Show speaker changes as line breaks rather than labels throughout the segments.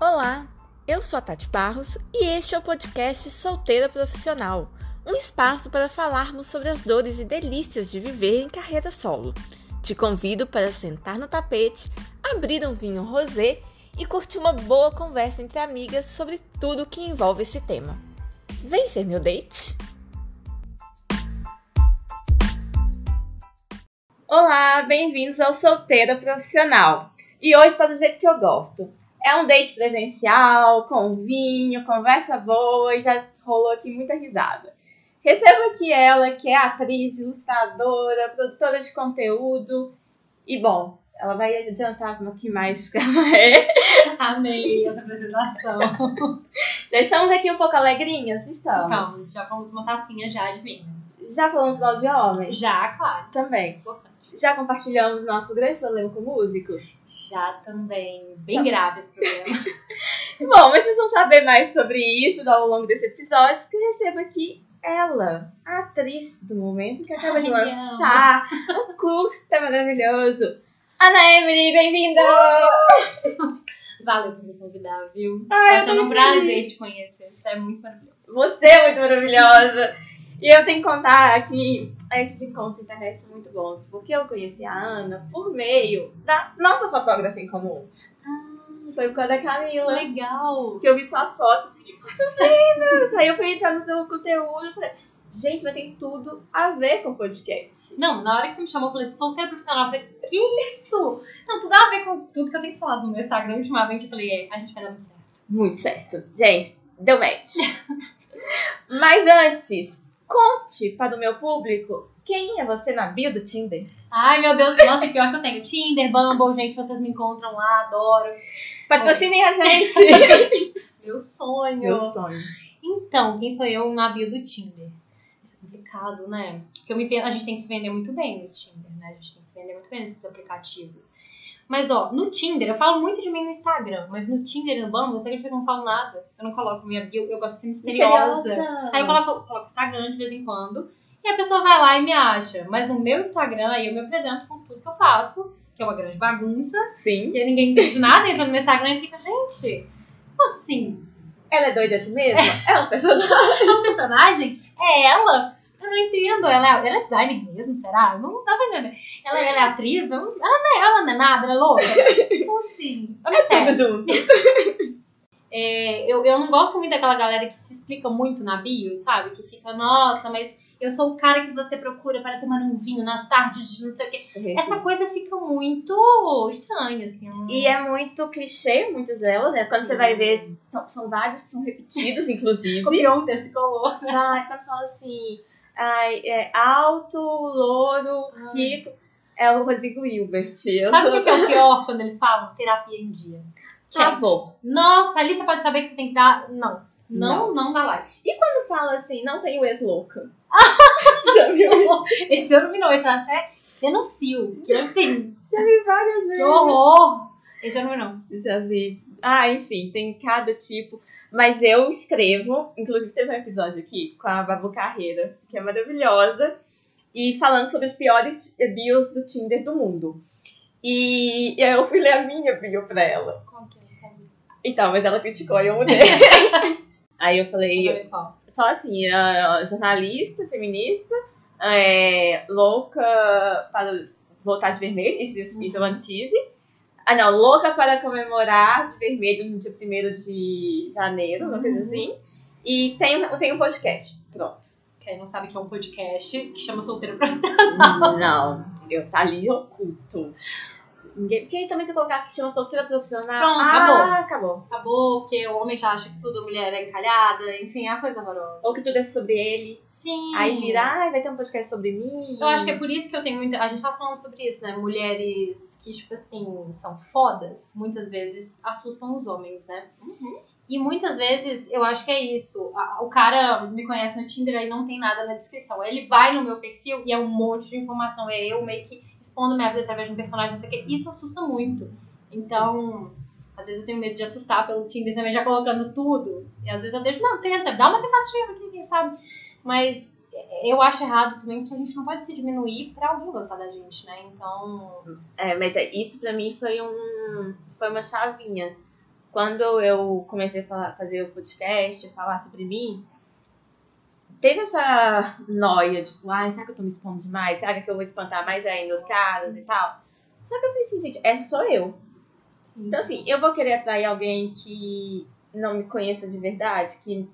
Olá, eu sou a Tati Barros e este é o podcast Solteira Profissional, um espaço para falarmos sobre as dores e delícias de viver em carreira solo. Te convido para sentar no tapete, abrir um vinho rosé e curtir uma boa conversa entre amigas sobre tudo que envolve esse tema. Vem ser meu date! Olá, bem-vindos ao Solteira Profissional. E hoje está do jeito que eu gosto. É um date presencial, com vinho, conversa boa e já rolou aqui muita risada. Recebo aqui ela, que é atriz, ilustradora, produtora de conteúdo. E bom, ela vai adiantar o que mais que ela é.
Amei essa apresentação.
Já estamos aqui um pouco alegrinhas? Estamos.
Estamos, já fomos uma tacinha já de vinho.
Já falamos mal de homens?
Já, claro.
Também.
Importante.
Já compartilhamos nosso grande problema com músicos?
Já também. Bem grave esse problema.
Bom, mas vocês vão saber mais sobre isso ao longo desse episódio, porque eu recebo aqui ela, a atriz do momento, que acaba de
Ai,
lançar um curta maravilhoso. Ana Emily, bem-vinda!
Valeu por me convidar, viu?
Ai,
Tá
eu tô
sendo um
muito
prazer te conhecer. Isso é muito maravilhoso.
Você é muito maravilhosa. E eu tenho que contar que esses encontros de internet são muito bons, porque eu conheci a Ana por meio da nossa fotógrafa em comum.
Ah,
Foi por causa da Camila.
Legal.
Porque eu vi suas fotos, eu falei, que fotos lindas! Aí eu fui entrar no seu conteúdo e falei, gente, mas tem tudo a ver com podcast.
Não, na hora que você me chamou, eu falei, solteira profissional. Eu falei, que isso? Não, tudo a ver com tudo que eu tenho falado no meu Instagram ultimamente. Eu falei, é, a gente vai dar muito certo.
Muito certo. Gente, deu match. mas antes, conte para o meu público quem é você na bio do Tinder.
Ai, meu Deus, nossa, pior que eu tenho. Tinder, Bumble, gente, vocês me encontram lá, adoro.
Patrocinem a gente!
Meu sonho.
Meu sonho.
Então, quem sou eu na bio do Tinder? Isso é complicado, né? Porque eu me ve- a gente tem que se vender muito bem no Tinder, né? A gente tem que se vender muito bem nesses aplicativos. Mas, ó, no Tinder, eu falo muito de mim no Instagram, mas no Tinder e no Bumble, você acredita que eu não falo nada? Eu não coloco minha bio, eu gosto de ser misteriosa. Aí eu coloco, eu coloco o Instagram de vez em quando, e a pessoa vai lá e me acha. Mas no meu Instagram, aí eu me apresento com tudo que eu faço, que é uma grande bagunça,
Sim.
que ninguém entende nada, entra no meu Instagram e fica, gente, como assim?
Ela é doida assim mesmo? É um personagem.
o Então, personagem é ela. Eu não entendo. Ela, ela é designer mesmo, será? Eu não tava entendendo. Ela, ela é atriz? Eu não- ela, não é, ela não é nada, ela é louca. Então, assim, é um
Tudo
mistério.
junto.
É, eu, eu não gosto muito daquela galera que se explica muito na bio, sabe? Que fica, nossa, mas eu sou o cara que você procura para tomar um vinho nas tardes de não sei o quê. Essa coisa fica muito estranha, assim. eu não-
E é muito clichê, muitas delas, né? Quando você vai ver, são- são vários que são repetidos, inclusive.
Copiou um texto e colou.
Mas quando fala assim, ai, é alto, louro, rico, é o Rodrigo Hilbert. Eu
Sabe o
sou-
que que é o pior quando eles falam? Terapia em dia.
Tá
Gente,
bom.
Nossa, ali você pode saber que você tem que dar. Não. Não, não, dá like.
Quando fala assim, não tem o ex-louca. Já viu?
Esse eu não me não, esse eu até denuncio. Que assim,
Já vi várias
que
vezes.
horror! Esse eu não me não.
Já vi. Ah, enfim, tem cada tipo. Mas eu escrevo, inclusive teve um episódio aqui com a Babu Carreira, que é maravilhosa, e falando sobre os piores bios do Tinder do mundo. E, e aí eu fui ler a minha bio pra ela.
Como que é?
Então, mas ela criticou e eu mudei. Aí eu falei,
é? Qual?
só assim, ah, jornalista, feminista, é, louca para voltar de vermelho, isso, isso, isso eu mantive. Ah não, louca para comemorar de vermelho no dia 1 de janeiro, uma coisa
Uhum.
assim. E tem, tem um podcast, pronto.
Quem não sabe que é um podcast que chama Solteiro Profissional.
não, eu tá ali oculto. Ninguém, porque aí também tem que colocar que chama solteira profissional.
Pronto,
ah, acabou.
Acabou porque o homem já acha que tudo mulher é encalhada, enfim, é uma coisa horrorosa.
Ou que tudo é sobre ele.
Sim.
Aí vira, ai, vai ter um podcast sobre mim.
Eu acho que é por isso que eu tenho muita. A gente tá falando sobre isso, né? Mulheres que, tipo assim, são fodas, muitas vezes assustam os homens, né? E muitas vezes eu acho que é isso. A- O cara me conhece no Tinder e não tem nada na descrição. Aí Ele vai no meu perfil e é um monte de informação. É eu meio que expondo minha vida através de um personagem, não sei o quê. Isso assusta muito. Então, às vezes eu tenho medo de assustar pelo Tinder também, já colocando tudo. E às vezes eu deixo, não, tenta, dá uma tentativa aqui, quem sabe. Mas eu acho errado também que a gente não pode se diminuir pra alguém gostar da gente, né? Então.
É, mas é- isso pra mim foi um. Foi uma chavinha. Quando quando eu comecei a falar- fazer o podcast, falar sobre mim, teve essa noia, tipo, ai, será que eu tô me expondo demais? Será que eu vou espantar mais ainda os caras e tal? Só que eu falei assim, gente, essa sou eu.
Sim.
Então, assim, eu vou querer atrair alguém que não me conheça de verdade, que,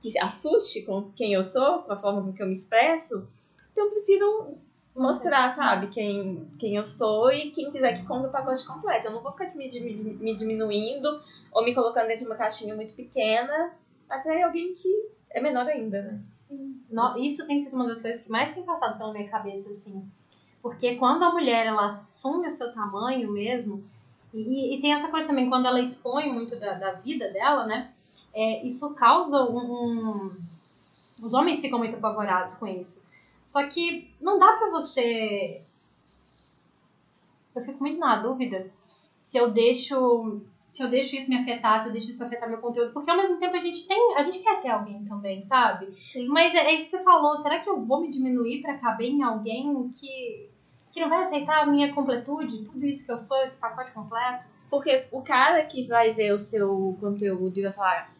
que se assuste com quem eu sou, com a forma com que eu me expresso. Então, eu prefiro mostrar, sabe, quem, quem eu sou e quem quiser que compre o pacote completo. Eu não vou ficar me, dimi- me diminuindo ou me colocando dentro de uma caixinha muito pequena. Atrair alguém que é menor ainda, né?
Sim. No- Isso tem sido uma das coisas que mais tem passado pela minha cabeça, assim. Porque quando a mulher, ela assume o seu tamanho mesmo, e, e tem essa coisa também, quando ela expõe muito da, da vida dela, né? é, isso causa um, um- Os homens ficam muito apavorados com isso. Só que não dá pra você... Eu fico muito na dúvida se eu deixo... Se eu deixo isso me afetar, se eu deixo isso afetar meu conteúdo, porque ao mesmo tempo a gente tem, a gente quer ter alguém também, sabe?
Sim.
Mas é, é isso que você falou. Será que eu vou me diminuir pra caber em alguém que, que não vai aceitar a minha completude, tudo isso que eu sou, esse pacote completo?
Porque o cara que vai ver o seu conteúdo e vai falar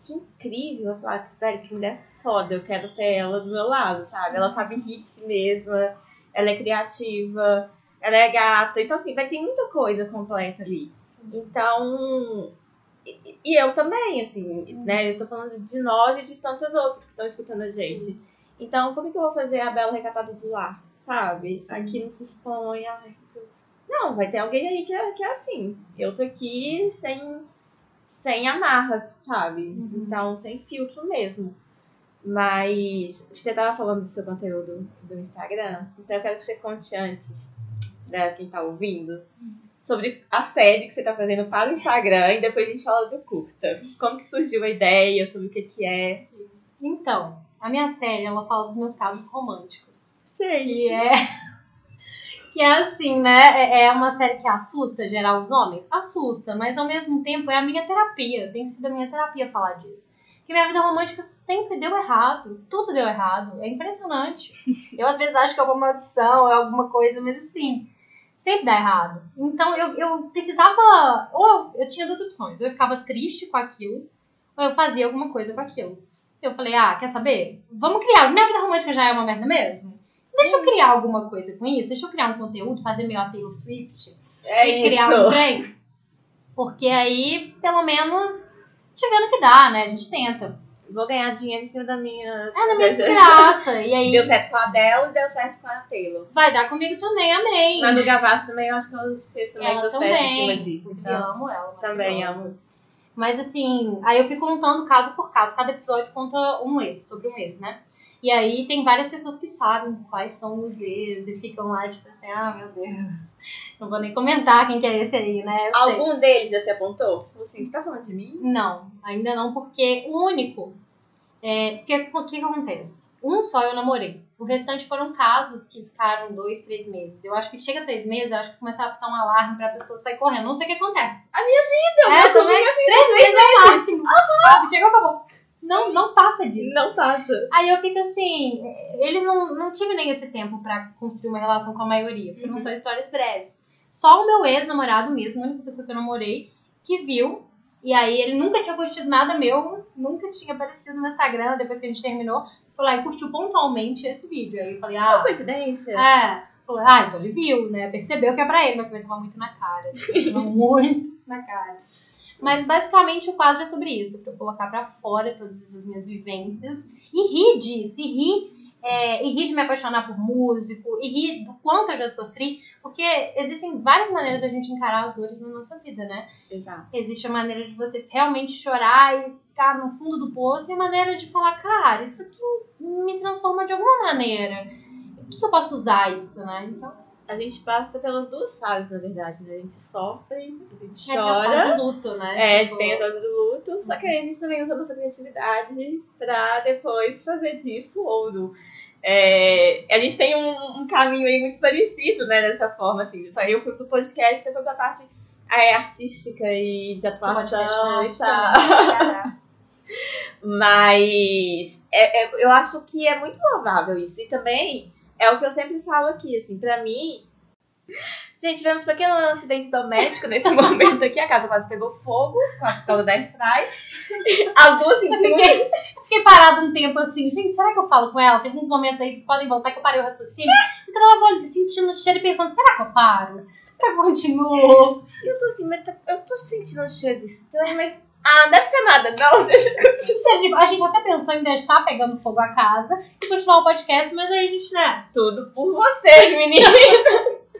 que incrível, vai falar que sério, que mulher foda, eu quero ter ela do meu lado, sabe? Ela sabe rir de si mesma, ela é criativa, ela é gata. Então, assim, vai ter muita coisa completa ali. Então. E, e eu também, assim, né? Eu tô falando de nós e de tantas outras que estão escutando a gente. Então, como que eu vou fazer a bela recatada do lar, sabe? Aqui não se expõe, ai, não, vai ter alguém aí que é, que é assim. Eu tô aqui sem, sem amarras, sabe?
Uhum.
Então, sem filtro mesmo. Mas você tava falando do seu conteúdo do Instagram, então eu quero que você conte antes, né, quem tá ouvindo, sobre a série que você tá fazendo para o Instagram e depois a gente fala do curta. Como que surgiu a ideia, sobre o que que é.
Então, a minha série, ela fala dos meus casos românticos. que
Gente,
é que é assim, né? É- É uma série que assusta geral os homens, assusta, mas ao mesmo tempo é a minha terapia, tem sido a minha terapia falar disso. Que minha vida romântica sempre deu errado, tudo deu errado, é impressionante. Eu às vezes acho que é uma maldição, é alguma coisa, mas assim, sempre dá errado. Então eu, eu precisava, ou eu, eu tinha duas opções, ou eu ficava triste com aquilo, ou eu fazia alguma coisa com aquilo. Eu falei, ah, quer saber? Vamos criar, minha vida romântica já é uma merda mesmo? Deixa eu
Hum.
criar alguma coisa com isso, deixa eu criar um conteúdo, fazer meio a Taylor Swift
é
e criar um
isso.
trem. Porque aí, pelo menos, tivendo que dá, né? A gente tenta.
um- Vou ganhar dinheiro em cima da minha...
É na minha desgraça. E aí
Deu certo com a Adele e deu certo com a Taylor.
vai dar comigo também, amém.
Manu Gavassi também, eu acho que ela fez também
Ela
sucesso em cima
também.
disso.
Inclusive,
Então,
eu amo ela.
também
maravilhosa.
amo.
Mas assim, aí eu fui contando caso por caso, cada episódio conta um ex, sobre um ex, né? E aí tem várias pessoas que sabem quais são os ex e ficam lá, tipo assim, ah, meu Deus, não vou nem comentar quem que é esse aí, né? Eu sei.
Algum deles já se apontou? Falou assim, você tá falando de mim?
Não, ainda não, porque o único. É, porque o que, que acontece? Um só eu namorei. O restante foram casos que ficaram dois, três meses. Eu acho que chega três meses, eu acho que começa a apitar um alarme pra pessoa sair correndo. Não sei o que acontece. A minha vida! É,
eu tô
também. Três meses é o máximo. Sabe? Chegou, acabou. Não, não passa disso.
Não passa.
Aí eu fico assim, eles não, não tive nem esse tempo pra construir uma relação com a maioria, porque não são histórias breves. Só o meu ex-namorado mesmo, a única pessoa que eu namorei, que viu. E aí ele nunca tinha curtido nada meu, nunca tinha aparecido no Instagram depois que a gente terminou. Foi lá e curtiu pontualmente esse vídeo. Aí eu falei,
Uma
ah,
coincidência.
é. Falei, ah, então ele viu, né? Percebeu que é pra ele, mas também tava muito na cara. assim, tava muito na cara. Mas basicamente o quadro é sobre isso, pra eu colocar pra fora todas as minhas vivências e rir disso, e rir, é, e rir de me apaixonar por músico, e rir do quanto eu já sofri, porque existem várias maneiras da gente encarar as dores na nossa vida, né?
Exato.
Existe a maneira de você realmente chorar e ficar no fundo do poço, e a maneira de falar, cara, isso aqui me transforma de alguma maneira. O que, que eu posso usar isso, né? Então,
A gente passa pelas duas fases, na verdade, né? A gente sofre, a gente
é a fase
chora.
do luto, né?
É, a gente
Tipo,
tem a dose do luto, só que aí a gente também usa a nossa criatividade pra depois fazer disso ouro. É, a gente tem um, um caminho aí muito parecido, né, dessa forma, assim. Só Eu fui pro podcast, você foi pra parte é, artística e de
tu pode
atuação e tal.
questionar, cara.
Mas é- é- eu acho que é muito louvável isso. E também é o que eu sempre falo aqui, assim, pra mim, Gente, tivemos um pequeno acidente doméstico nesse momento aqui. A casa quase pegou fogo com a causa da airfryer. As duas
Eu
sentiram...
fiquei, eu fiquei parada um tempo assim, gente, será que eu falo com ela? Teve uns momentos aí, vocês podem voltar que eu parei o raciocínio. Porque eu tava olhando, sentindo o cheiro e pensando, será que eu paro? Será que eu continuo?
Eu tô assim, mas tá- eu tô sentindo o cheiro de estranho, mas... Ah, deve ser nada. Não, deixa eu continuar.
Sério, tipo, A gente até pensou em deixar pegando fogo a casa e continuar o podcast, mas aí a gente, né?
Tudo por vocês, meninas.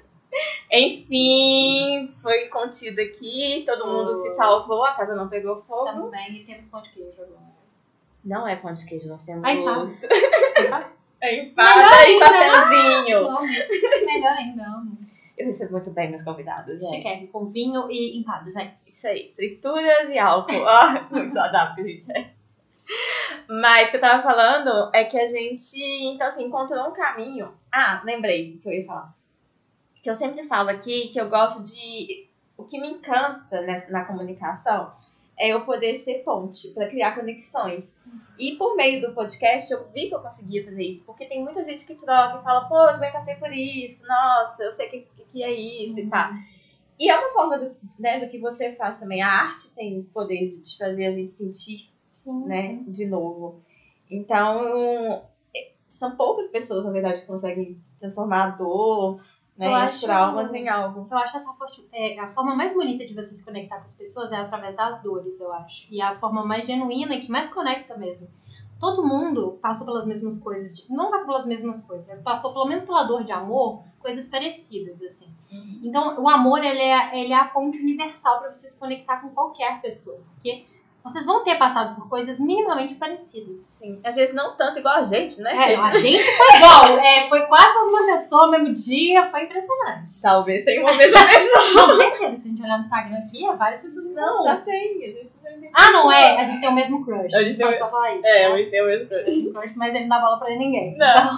Enfim, foi contido aqui. Todo mundo se salvou. A casa não pegou fogo.
Estamos bem e temos pão de queijo agora.
Não é pão de queijo, nós temos...
Ai, tá.
É empada e
Melhor
pastelzinho.
Amo. Melhor ainda, amo.
Eu recebo muito bem meus convidados, gente.
Chiquérrimo, com vinho e empadas, é isso.
Isso aí, frituras e álcool. Ah, muito saudável, gente. Mas o que eu tava falando é que a gente, então assim, encontrou um caminho. Ah, lembrei o que eu ia falar. Que eu sempre falo aqui que eu gosto de. O que me encanta né, na comunicação é eu poder ser ponte para criar conexões. E por meio do podcast eu vi que eu conseguia fazer isso, porque tem muita gente que troca e fala, pô, eu também passei por isso, nossa, eu sei que, que é isso e pá. E é uma forma do, né, do que você faz também. A arte tem o poder de te fazer a gente sentir,
Sim,
né,
sim.
de novo. Então, é, são poucas pessoas, na verdade, que conseguem transformar a dor, né,
Eu
e as
acho-
traumas em algo.
Eu acho essa forte- é, a forma mais bonita de você se conectar com as pessoas é através das dores, eu acho. E é a forma mais genuína e que mais conecta mesmo. Todo mundo passou pelas mesmas coisas, de- não passou pelas mesmas coisas, mas passou pelo menos pela dor de amor, coisas parecidas, assim. Então, o amor, ele é, ele é a ponte universal para você se conectar com qualquer pessoa. Porque vocês vão ter passado por coisas minimamente parecidas.
Sim. Às vezes não tanto igual a gente, né?
É,
gente?
a gente foi igual, é, foi quase com as mesmas pessoas, mesmo dia, foi impressionante.
Talvez tenha uma mesma pessoa.
Não, certeza que se a gente olhar no Instagram aqui, é várias pessoas que
Não,
vão.
já tem. A gente já identificou.
Ah, não é? A gente tem o mesmo crush.
A gente tem
pode
o-
só falar isso.
É,
né?
mas tem o mesmo
Tem um crush, mas ele não dá bola pra ninguém.
Não,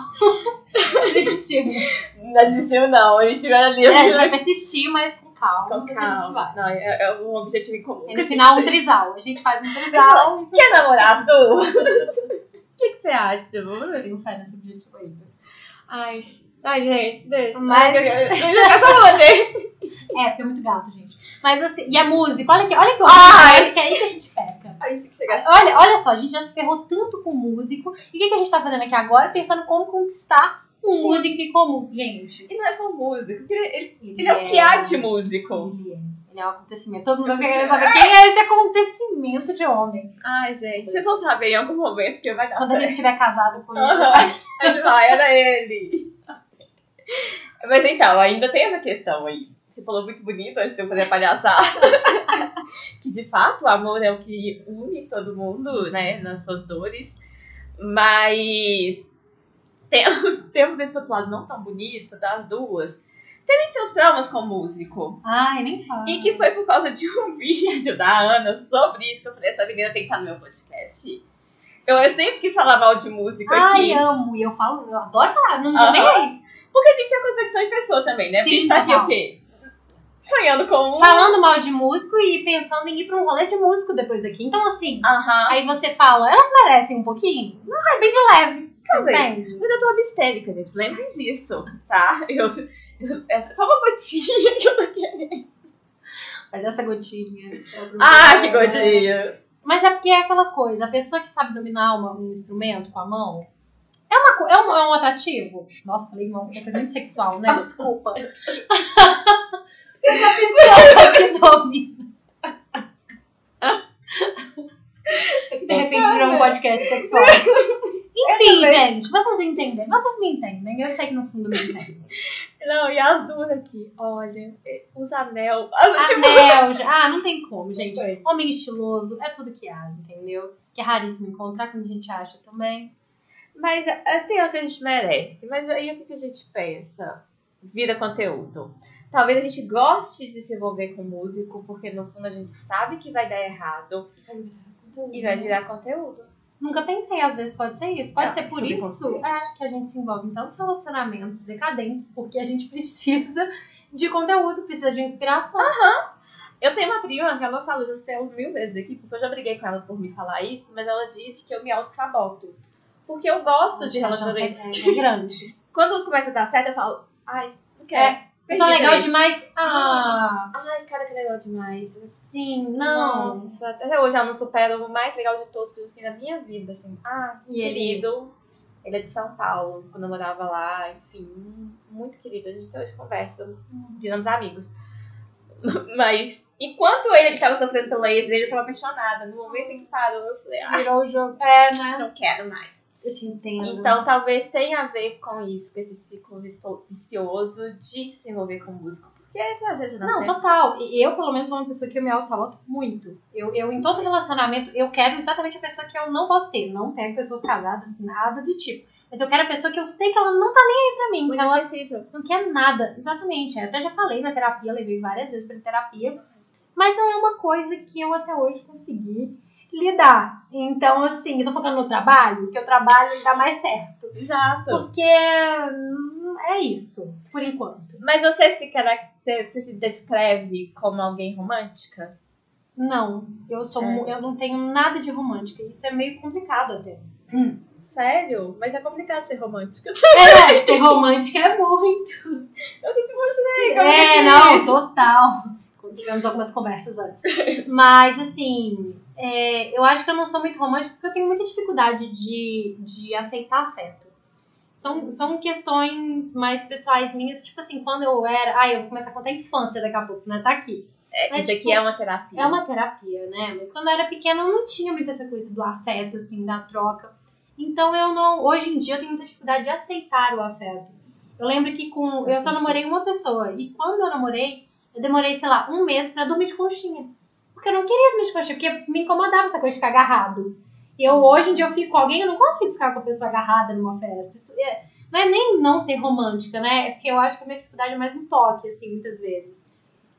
Persistimos.
não desistiu não. A gente vai ali.
É, a gente vai persistir, mas com calma.
Com
Mas a gente
calma.
vai.
Não, é, é um objetivo em comum.
E
que a
no
gente
final, um
tem.
trisal. A gente faz um trisal.
Quer namorar, Du? O que, que você acha, amor?
Eu tenho fé nesse objetivo ainda.
Ai, ai, gente, deixa.
Mas-
Ai, eu, eu, eu, eu só mandei.
É, porque é muito gato, gente. Mas assim, e é música. Olha aqui, olha que eu
Ai.
acho que é aí que a gente peca.
Aí tem que chegar.
Olha, olha só, a gente já se ferrou tanto com músico. E o que, que a gente tá fazendo aqui agora? Pensando como conquistar um músico em comum, gente.
E não é só músico, porque ele, ele, ele é o que há de músico.
Ele é. Ele é um acontecimento. Todo mundo fica querendo saber quem é esse acontecimento de homem.
Ai, gente, vocês vão saber em algum momento que vai dar
Quando a
certo.
gente estiver casado com ele.
Aham. Ele vai, era ele. Mas então, ainda tem essa questão aí. Você falou muito bonito antes de eu fazer a palhaçada. que de fato o amor é o que une todo mundo, né? Nas suas dores. Mas temos, temos esse outro lado não tão bonito das duas. Terem seus traumas com músico.
Ai, nem fala.
E que foi por causa de um vídeo da Ana sobre isso que eu falei: essa menina tem que estar no meu podcast. Eu, eu sempre quis falar mal de músico aqui.
Ai, amo. E eu falo, eu adoro falar, não tô nem
Aham.
aí.
Porque a gente é contradição em pessoa também, né? Porque a gente
Sim,
tá aqui
total.
o quê? Sonhando com um.
Falando mal de músico e pensando em ir pra um rolê de músico depois daqui. Então, assim,
Aham.
aí você fala, elas merecem um pouquinho? Não, é bem de leve.
Talvez.
Entende?
Mas eu tô abstérica, gente. Lembrem disso, tá? Eu, eu- é só uma gotinha que eu não quero.
Mas essa gotinha. é o problema.
Ah, que gotinha.
Mas é porque é aquela coisa, a pessoa que sabe dominar uma- um instrumento com a mão é, uma, co- é, um, é um atrativo. Nossa, falei mão, que é coisa muito sexual,
Ah,
né? Desculpa. Mas a pessoa que domina. De repente virou um podcast sexual.
É
Enfim, gente, vocês entendem. Vocês me entendem. Eu sei que no fundo me entendem.
Não, e as duas aqui. Olha, é, os anel. As, tipo,
Anel, já- ah, não tem como, gente.
Não tem.
Homem estiloso é tudo que há, entendeu? Que é raríssimo encontrar quando a gente acha também.
mas é, tem o que a gente merece. Mas aí o que que a gente pensa? Vira conteúdo. Talvez a gente goste de se envolver com músico, porque no fundo a gente sabe que vai dar errado e vai virar conteúdo.
Nunca pensei, às vezes pode ser isso. Pode
É,
ser por isso
subconsciente.
é, que a gente se envolve em tantos relacionamentos decadentes, porque a gente precisa de conteúdo, precisa de inspiração.
Ah, Eu tenho uma prima que ela fala, eu já citei ela mil vezes aqui, porque eu já briguei com ela por me falar isso, mas ela disse que eu me auto-saboto. Porque eu gosto de
A chance
relacionamento.
é, é grande.
Quando começa a dar certo, eu falo, ai, não quero.
Pessoa
Perdi
É, legal
três.
demais. Ah,
Ai, cara, que legal demais.
sim, não.
Nossa, até hoje eu não supero o mais legal de todos que eu fiquei na minha vida, assim. Ah,
E ele?
querido. Ele é de São Paulo, quando eu morava lá, enfim. Muito querido, a gente até hoje conversa, viramos amigos. Mas, enquanto ele, ele tava sofrendo pelo ex dele, eu tava apaixonada. No momento em que parou, eu falei, ah,
Virou o jogo. É, né?
não quero mais.
Eu te entendo.
Então, talvez tenha a ver com isso, com esse ciclo vicio- vicioso de se envolver com música. Porque a gente né? não,
Não,
tem-
total. E eu, pelo menos, sou uma pessoa que eu me auto-saboto muito. Eu, eu, em todo relacionamento, eu quero exatamente a pessoa que eu não posso ter. Não pego pessoas casadas, nada do tipo. Mas eu quero a pessoa que eu sei que ela não tá nem aí pra mim. Que
muito
ela
sensível.
não quer nada. Exatamente. Eu até já falei na terapia, levei várias vezes pra terapia. Mas não é uma coisa que eu até hoje consegui lidar. Então, assim, eu tô focando no trabalho, que o trabalho dá mais certo.
Exato.
Porque hum, é isso, por enquanto.
Mas você se, cara- você, você se descreve como alguém romântica?
Não, eu sou
É.
mu- eu não tenho nada de romântica. Isso é meio complicado até.
Sério? Mas é complicado ser romântica.
É, ser romântica é muito.
Eu tipo, sinto muito bem. como
É,
eu
não,
disse.
total. Tivemos algumas conversas antes. Mas, assim, é, eu acho que eu não sou muito romântica porque eu tenho muita dificuldade de, de aceitar afeto. São, são questões mais pessoais minhas, tipo assim, quando eu era. Ai, eu vou começar a contar a infância daqui a pouco, né? Tá aqui.
É,
mas,
Isso aqui
tipo,
é uma terapia.
É uma terapia, né? Mas quando eu era pequena eu não tinha muito essa coisa do afeto, assim, da troca. Então eu não. Hoje em dia eu tenho muita dificuldade de aceitar o afeto. Eu lembro que com. Eu só namorei uma pessoa. E quando eu namorei, eu demorei, sei lá, um mês pra dormir de conchinha. Porque eu não queria dormir de conchinha, porque me incomodava essa coisa de ficar agarrado. E Eu, hoje em dia, eu fico com alguém, eu não consigo ficar com a pessoa agarrada numa festa. Isso é- não é nem não ser romântica, né? É porque eu acho que a minha dificuldade é mais um toque, assim, muitas vezes.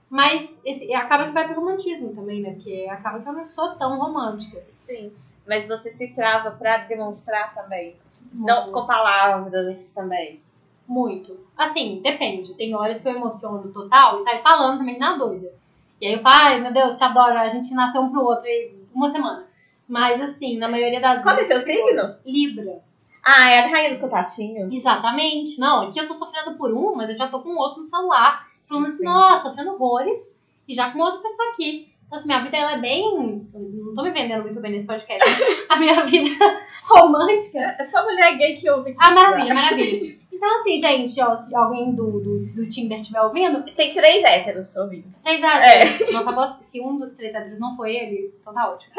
Mas esse, acaba que vai pro romantismo também, né? Porque acaba que eu não sou tão romântica.
Sim. Mas você se trava pra demonstrar também.
Uhum.
Não com palavras também.
Muito. Assim, depende. Tem horas que eu emociono total e saio falando também na doida. E aí eu falo, ai meu Deus, te adoro, a gente nasceu um pro outro aí uma semana. Mas assim, na maioria das
Qual é
vezes.
seu signo?
Libra.
Ah, é a rainha dos contatinhos.
Exatamente. Não, aqui eu tô sofrendo por um, mas eu já tô com outro no celular. Falando assim,
Sim.
nossa, sofrendo horrores. E já com outra pessoa aqui. Então, assim, minha vida ela é bem. eu Não tô me vendendo muito bem nesse podcast. mas A minha vida romântica
É só mulher gay que ouve.
Ah, maravilha, maravilha. Então, assim, gente, ó, se alguém do, do, do Tinder estiver ouvindo,
Tem três héteros ouvindo.
vocês
É.
acham? Nossa, voz- se um dos três héteros não foi ele, então tá ótimo.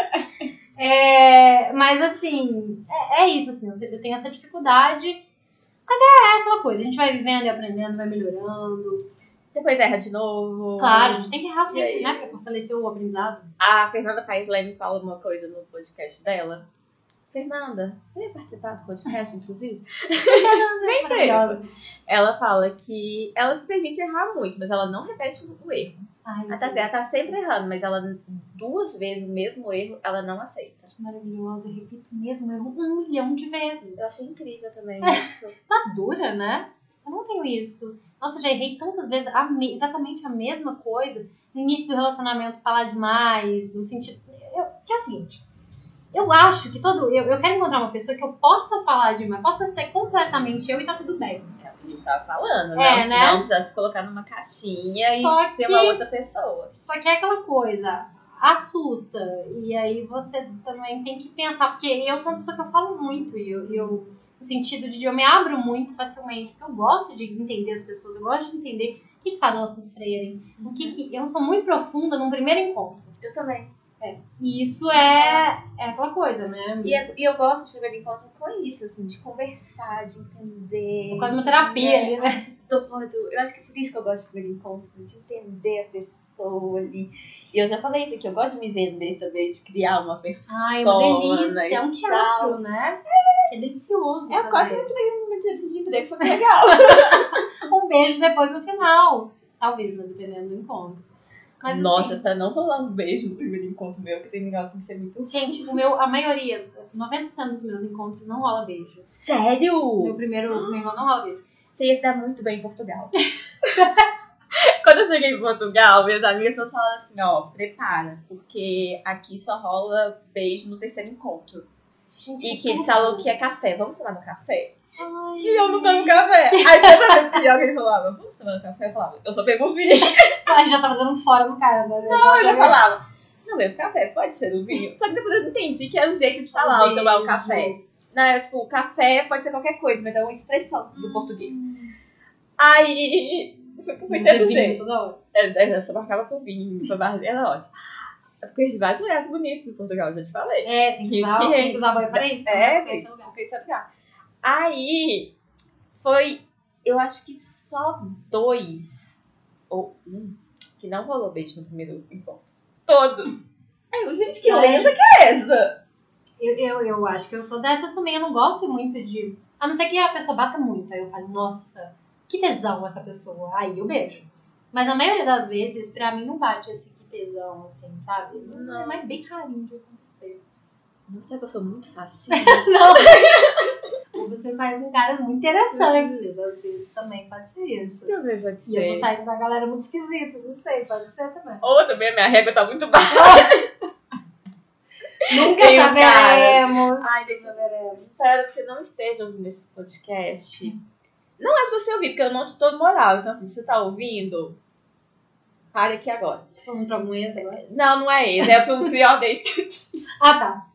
É, mas, assim, é, é isso, assim, eu tenho essa dificuldade. Mas é, é aquela coisa, a gente vai vivendo e aprendendo, vai melhorando.
Depois erra de novo.
Claro, a gente tem que errar
E aí?
sempre, né, pra fortalecer o aprendizado.
A Fernanda Paes Leme fala uma coisa no podcast dela. Fernanda, vem participar do podcast, inclusive? vem, Fernanda.
Maravilhosa.
Ela fala que ela se permite errar muito, mas ela não repete o erro.
Ai,
Ela tá, ela tá sempre errando, mas ela duas vezes o mesmo erro, ela não aceita.
maravilhosa, eu repito mesmo, eu erro um milhão de vezes.
Eu achei incrível também
É.
isso.
madura, né? Eu não tenho isso. Nossa, eu já errei tantas vezes a me- exatamente a mesma coisa. No início do relacionamento, falar demais, no sentido. Eu, que é o seguinte. Eu acho que todo. Eu, eu quero encontrar uma pessoa que eu possa falar demais, possa ser completamente eu e tá tudo bem.
É o que a gente tava falando, né?
É, né?
Não precisa se colocar numa caixinha
Só
e
que-
ser uma outra pessoa.
Só que é aquela coisa, assusta. E aí você também tem que pensar, porque eu sou uma pessoa que eu falo muito, e eu, e eu- no sentido de eu me abro muito facilmente, porque eu gosto de entender as pessoas, eu gosto de entender o que, que faz elas sofrerem, o que, que. Eu sou muito profunda num primeiro encontro.
Eu também.
E isso é, é aquela coisa, né?
E, é- e eu gosto de primeiro encontro com isso, assim, de conversar, de entender.
Tô quase uma terapia
É.
ali, né?
do- do- eu acho que é por isso que eu gosto de primeiro encontro, né? de entender a pessoa ali. E eu já falei isso aqui, eu gosto de me vender também, de criar uma pessoa.
Ai, uma delícia, é um
e tal.
teatro, né? Que é delicioso.
É quase
fazer.
uma entrevista uma entrevista de emprego, tipo, foi legal.
um beijo depois no final. Talvez, né? Dependendo do encontro. Mas,
Nossa,
assim,
pra não rolar um beijo no primeiro encontro meu, que tem legal tem que ser muito.
gente, o meu, a maioria, 90% dos meus encontros não rola beijo. O meu
Sério?
primeiro meu encontro não rola beijo.
Você ia se dar muito bem em Portugal. Quando eu cheguei em Portugal, minhas amigas todas falaram assim, ó, prepara, porque aqui só rola beijo no terceiro encontro.
Gente,
E que é- eles
tudo.
falam que é café. Vamos tomar no café?
Ai.
E eu não tomo café. Aí toda vez que alguém falava, vamos tomar um café, eu falava, eu só bebo vinho.
A gente já tava dando um fora no cara. Né?
Eu já falava, não bebo café, pode ser do vinho. é? Só que depois eu entendi que era um jeito de falar, ou tomar um café. Não, era tipo, café pode ser qualquer coisa, mas é uma expressão do português. Aí, isso que eu fui
Devinho
traduzir. É,
toda hora.
Eu eu só marcava com vinho, pra bar- era ótimo. Eu fiquei de vários lugares bonitos em Portugal, já te falei.
É, tem que
Que-
usar,
que
tem
é?
que usar boia para isso.
É,
né? Pra esse lugar.
Não pensei em lugar. Aí foi, eu acho que só dois ou um que não rolou beijo no primeiro encontro. Todos. Aí, eu, gente, que
Galera.
lenda que é essa?
Eu, eu, eu acho que eu sou dessas também. Eu não gosto muito de. A não ser que a pessoa bata muito. Aí eu falo, nossa, que tesão essa pessoa. Aí eu beijo. Mas na maioria das vezes, pra mim, não bate esse que tesão, assim, sabe?
Não.
É mais bem rarinho de acontecer.
Não sei, eu sou é muito fácil.
Não! Ou você sai com caras muito interessantes, às vezes também pode ser isso.
Talvez pode
E eu tô
ser.
saindo com uma galera muito esquisita, não sei, pode ser também.
Ou também a minha régua tá muito baixa.
Nunca
Tem um
saberemos.
Ai, gente, eu mereço. Espero que você não esteja ouvindo esse podcast. Não é pra você ouvir, porque eu não te dou moral. Então, assim, se você tá ouvindo, pare aqui agora.
Falando pra algum ex agora?
Não, não é esse. É pro pior date que eu tive.
Ah, tá.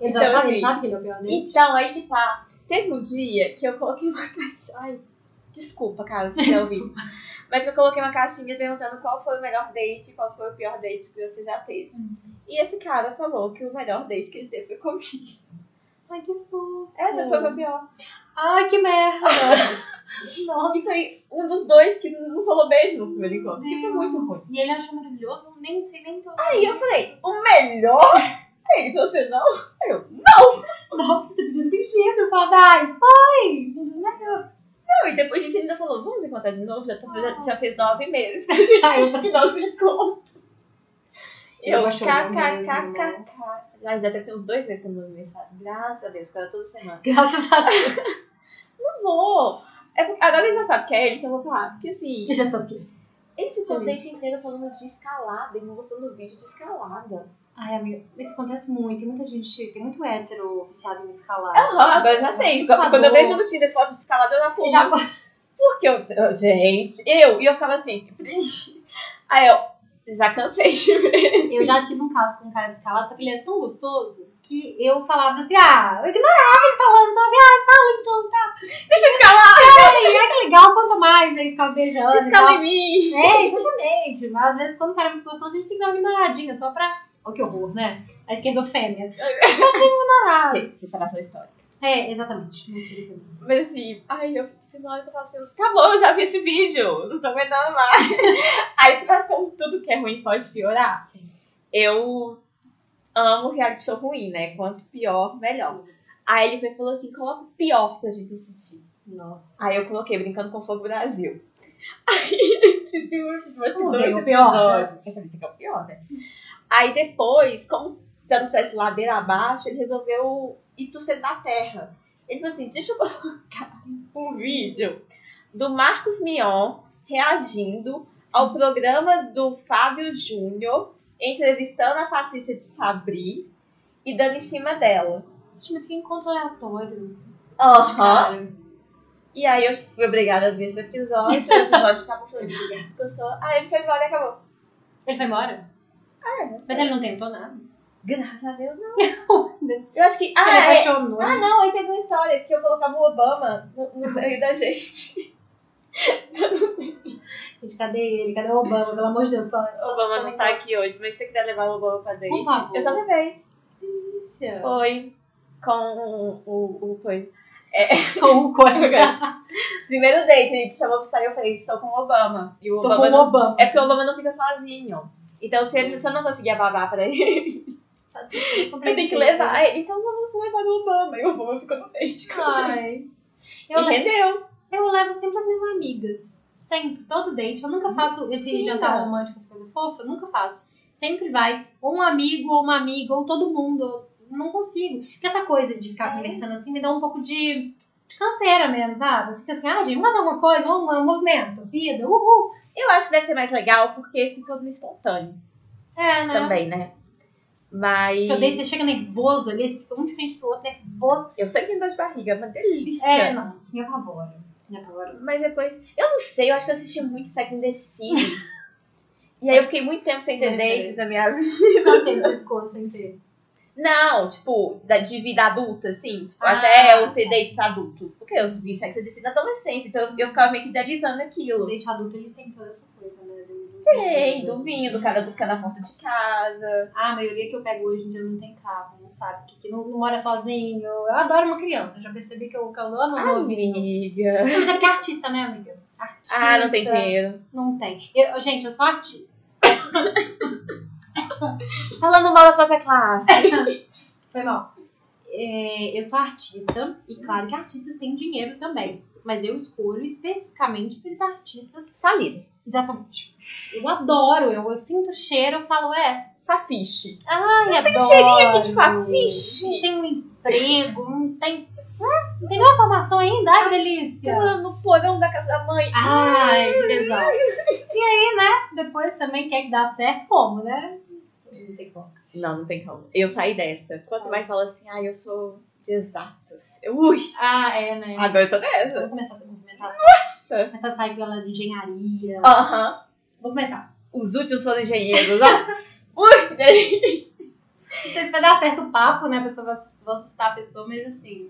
Ele já
Então,
sabe, ele
assim,
sabe que ele é o pior dele.
Então, aí que tá. Teve um dia que eu coloquei uma caixinha. Ai, desculpa, cara, se você ouvir. Mas eu coloquei uma caixinha perguntando qual foi o melhor date, qual foi o pior date que você já teve. E esse cara falou que o melhor date que ele teve foi comigo.
Ai, que fofo.
Essa foi o meu pior.
Ai, que merda. Nossa.
E foi um dos dois que não rolou beijo no primeiro encontro. Porque foi
Deus.
muito ruim.
E ele achou maravilhoso, não- nem sei nem então. todo.
Aí eu falei, o melhor? Aí ele falou assim, não. Aí eu, não!
Nossa, você podia ter fingido. Falando, ai, foi. Um dos melhores.
Não, e depois disso ele ainda falou, vamos encontrar de novo? Já, tá- já, já fez nove meses.
Ai, eu tô...
que não se encontra.
Eu
Eu,
acho mesmo, né?
kkkk. Ah, Já, já deve ter uns dois meses que eu não mando mensagem. Graças a Deus, que era toda semana.
Graças a Deus.
Não vou. É porque- agora ele já sabe que é ele que eu vou falar. Porque assim,
Você já sabe o quê?
ele ficou
Sim.
o date inteiro falando de escalada e me mostrando vídeo de escalada.
Ai, amiga, isso acontece muito. Tem muita gente, tem muito hétero viciado em escalar.
Aham, agora eu já sei. Só que quando eu vejo no Tinder foto de escalada, eu já pulo.
Já...
Porque eu, eu- Gente, eu. E eu ficava assim. Aí eu já cansei de ver.
Eu já tive um caso com um cara descalado, só que ele era tão gostoso que eu falava assim, ah, eu ignorava ele falando, sabe? Ah, fala então, tá.
Deixa eu escalar,
Aí, ah, que legal, quanto mais. Aí ficava beijando. e
escala
tal.
em mim.
É, exatamente. Mas às vezes quando o cara é muito gostoso, a gente tem que dar uma ignoradinha só pra. Ó, que horror, né? A esquerdofêmia. Eu achei ignorado.
Preparação histórica.
É, exatamente. Não sei também.
Mas assim, aí eu fiquei na hora que eu falava assim, tá bom, eu já vi esse vídeo, não tô aguentando mais. aí pra como tudo que é ruim pode piorar,
Sim.
eu amo reality show ruim, né? Quanto pior, melhor. Aí ele foi e falou assim, coloca o pior pra gente assistir.
Nossa.
Aí eu coloquei Brincando com Fogo Brasil. Aí ele disse, "Mas você
Vamos
não
ver o
vai
pior,
episódio." Eu falei, isso aqui é o pior, né? Aí depois, como se eu não tivesse ladeira abaixo, ele resolveu ir pro centro da terra. Ele falou assim, deixa eu colocar um vídeo do Marcos Mion reagindo ao programa do Fábio Júnior entrevistando a Patrícia de Sabri e dando em cima dela.
Gente, mas que encontro aleatório.
Aham.
Cara.
E aí eu fui obrigada a ver esse episódio, o episódio acabou, foi obrigada, cansou. Aí ele foi embora e acabou.
Ele foi embora?
Ah,
Mas é- ele não tentou nada.
graças a Deus, não. eu acho que... Ah,
ele
é-
apaixonou.
ah, não, aí teve uma história que eu colocava o Obama no, no meio da gente.
Gente, cadê ele? Cadê o Obama? Pelo amor de Deus. Qual... é
O Obama não tá aqui hoje, mas se você quiser levar o Obama pra date...
Por favor.
Eu já levei.
delícia.
Foi com o... o, o foi.
Ou coisa.
Primeiro date, ele chamou pra sair, eu falei, estou com o Obama. E o
Tô
Obama
com o
não...
um Obama.
É porque o Obama não fica sozinho. Então, se, ele, se eu não conseguia babar pra ele... Eu tenho que levar. Aí, Então vamos levar no Obama. E o Obama ficou no dente com a gente.
Ai.
Eu
Eu,
e
le-
rendeu.
eu levo sempre as minhas amigas. Sempre. Todo date. Eu nunca faço esse
Mentira.
jantar romântico, essa coisa fofa. Eu nunca faço. Sempre vai. Ou um amigo, ou uma amiga, ou todo mundo. Eu não consigo. Porque essa coisa de ficar
É.
conversando assim me dá um pouco de, de canseira mesmo, sabe? Fica assim, ah, gente, vamos fazer alguma coisa, vamos um movimento, vida, uhul.
Eu acho que deve ser mais legal porque fica no espontâneo
É, né?
também, é né? Mas.
Eu dei, você chega nervoso ali, você fica um de frente pro outro, nervoso.
Eu sei que tem dor de barriga, é uma delícia.
É, nossa, isso me apavora. Me apavora.
Mas depois. Eu não sei, eu acho que eu assisti muito Sex and the City. e aí eu fiquei muito tempo sem ter
É.
dentes na minha vida.
Quanto tempo você ficou sem ter?
Não, tipo, da, de vida adulta, assim. Tipo,
Ah,
até eu ter
tá.
dates adultos. Porque eu vi Sex and the City na adolescente, então eu, eu ficava meio que idealizando
O
aquilo.
date adulto, ele tem toda essa coisa, né? Do- do-
Sei, do vinho, do cara buscar na porta de casa.
Ah, a maioria que eu pego hoje em dia não tem carro, não sabe? Que, que não, não mora sozinho. Eu adoro uma criança, já percebi que eu, que eu amo um novinho.
Amiga.
Mas é porque é artista, né, amiga? Artista.
Ah, Ah, não tem dinheiro.
Não tem. Eu- gente, eu sou artista.
Falando mal da própria classe.
Foi mal. É, eu sou artista, e claro que artistas têm dinheiro também. Mas eu escolho especificamente para os artistas.
Falido.
Exatamente. Eu adoro, eu, eu sinto o cheiro, eu falo, é.
Fafiche.
Ai,
tem
adoro.
um cheirinho aqui de fafiche?
Não tem um emprego, não tem. hum, Não tem nenhuma formação ainda, ai, que delícia.
No porão da casa da mãe.
Ai, que tesão. E aí, né? Depois também quer que dá certo, como, né? Não tem como.
Não, não tem como. Eu saí dessa. Quanto mais fala assim, ah, eu sou de exatos. Eu, ui,
Ah, é, né?
agora eu tô dessa.
Vou começar a se movimentar
Nossa.
começar a sair com ela de engenharia.
Aham.
Vou começar.
Os últimos foram engenheiros, ó. ui, delícia.
Não sei se vai dar certo o papo, né? A pessoa vai assustar, vou assustar a pessoa, mas assim.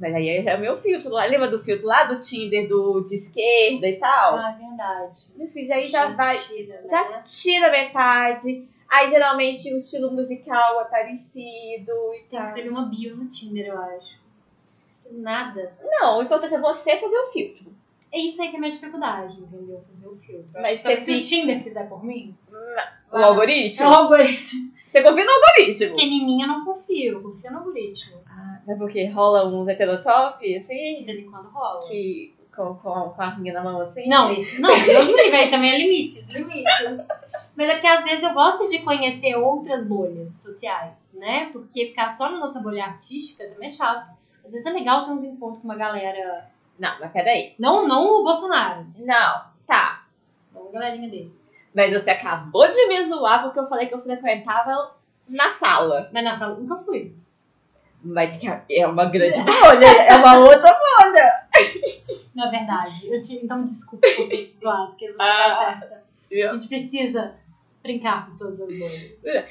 Mas aí é o meu filtro lá. Lembra do filtro lá do Tinder, do de esquerda e tal?
Ah, é verdade.
Meu filho, aí já vai. Tá.
Mentira, né?
Já tira metade. Aí geralmente o estilo musical é parecido e
Tem que
tal.
escrever uma bio no Tinder, eu acho. Nada.
Não, o importante é você fazer o filtro.
É isso aí que é a minha dificuldade, entendeu? Fazer o filtro. Eu
Mas
acho que
você
se o Tinder fizer por mim.
O algoritmo?
É o algoritmo.
Você confia no algoritmo?
Porque em mim eu não confio, eu confio no algoritmo.
Ah, mas porque rola uns heterotop, assim?
De vez em quando rola.
que com, com, com a arminha na mão assim.
Não, isso não, Deus me livre, aí também é limites, limites. Mas é porque às vezes eu gosto de conhecer outras bolhas sociais, né? Porque ficar só na nossa bolha artística também é chato. Às vezes é legal ter uns encontros com uma galera.
Não, mas peraí.
Não, não o Bolsonaro,
Não, tá.
não a galerinha dele.
Mas você acabou de me zoar porque eu falei que eu frequentava na sala.
Mas na sala nunca fui.
Mas que é uma grande bolha, é uma outra.
Na verdade. Eu te... Então me desculpa por ter te zoado, porque você tá
Ah.
certa. A gente precisa brincar por todas as bolhas.
É.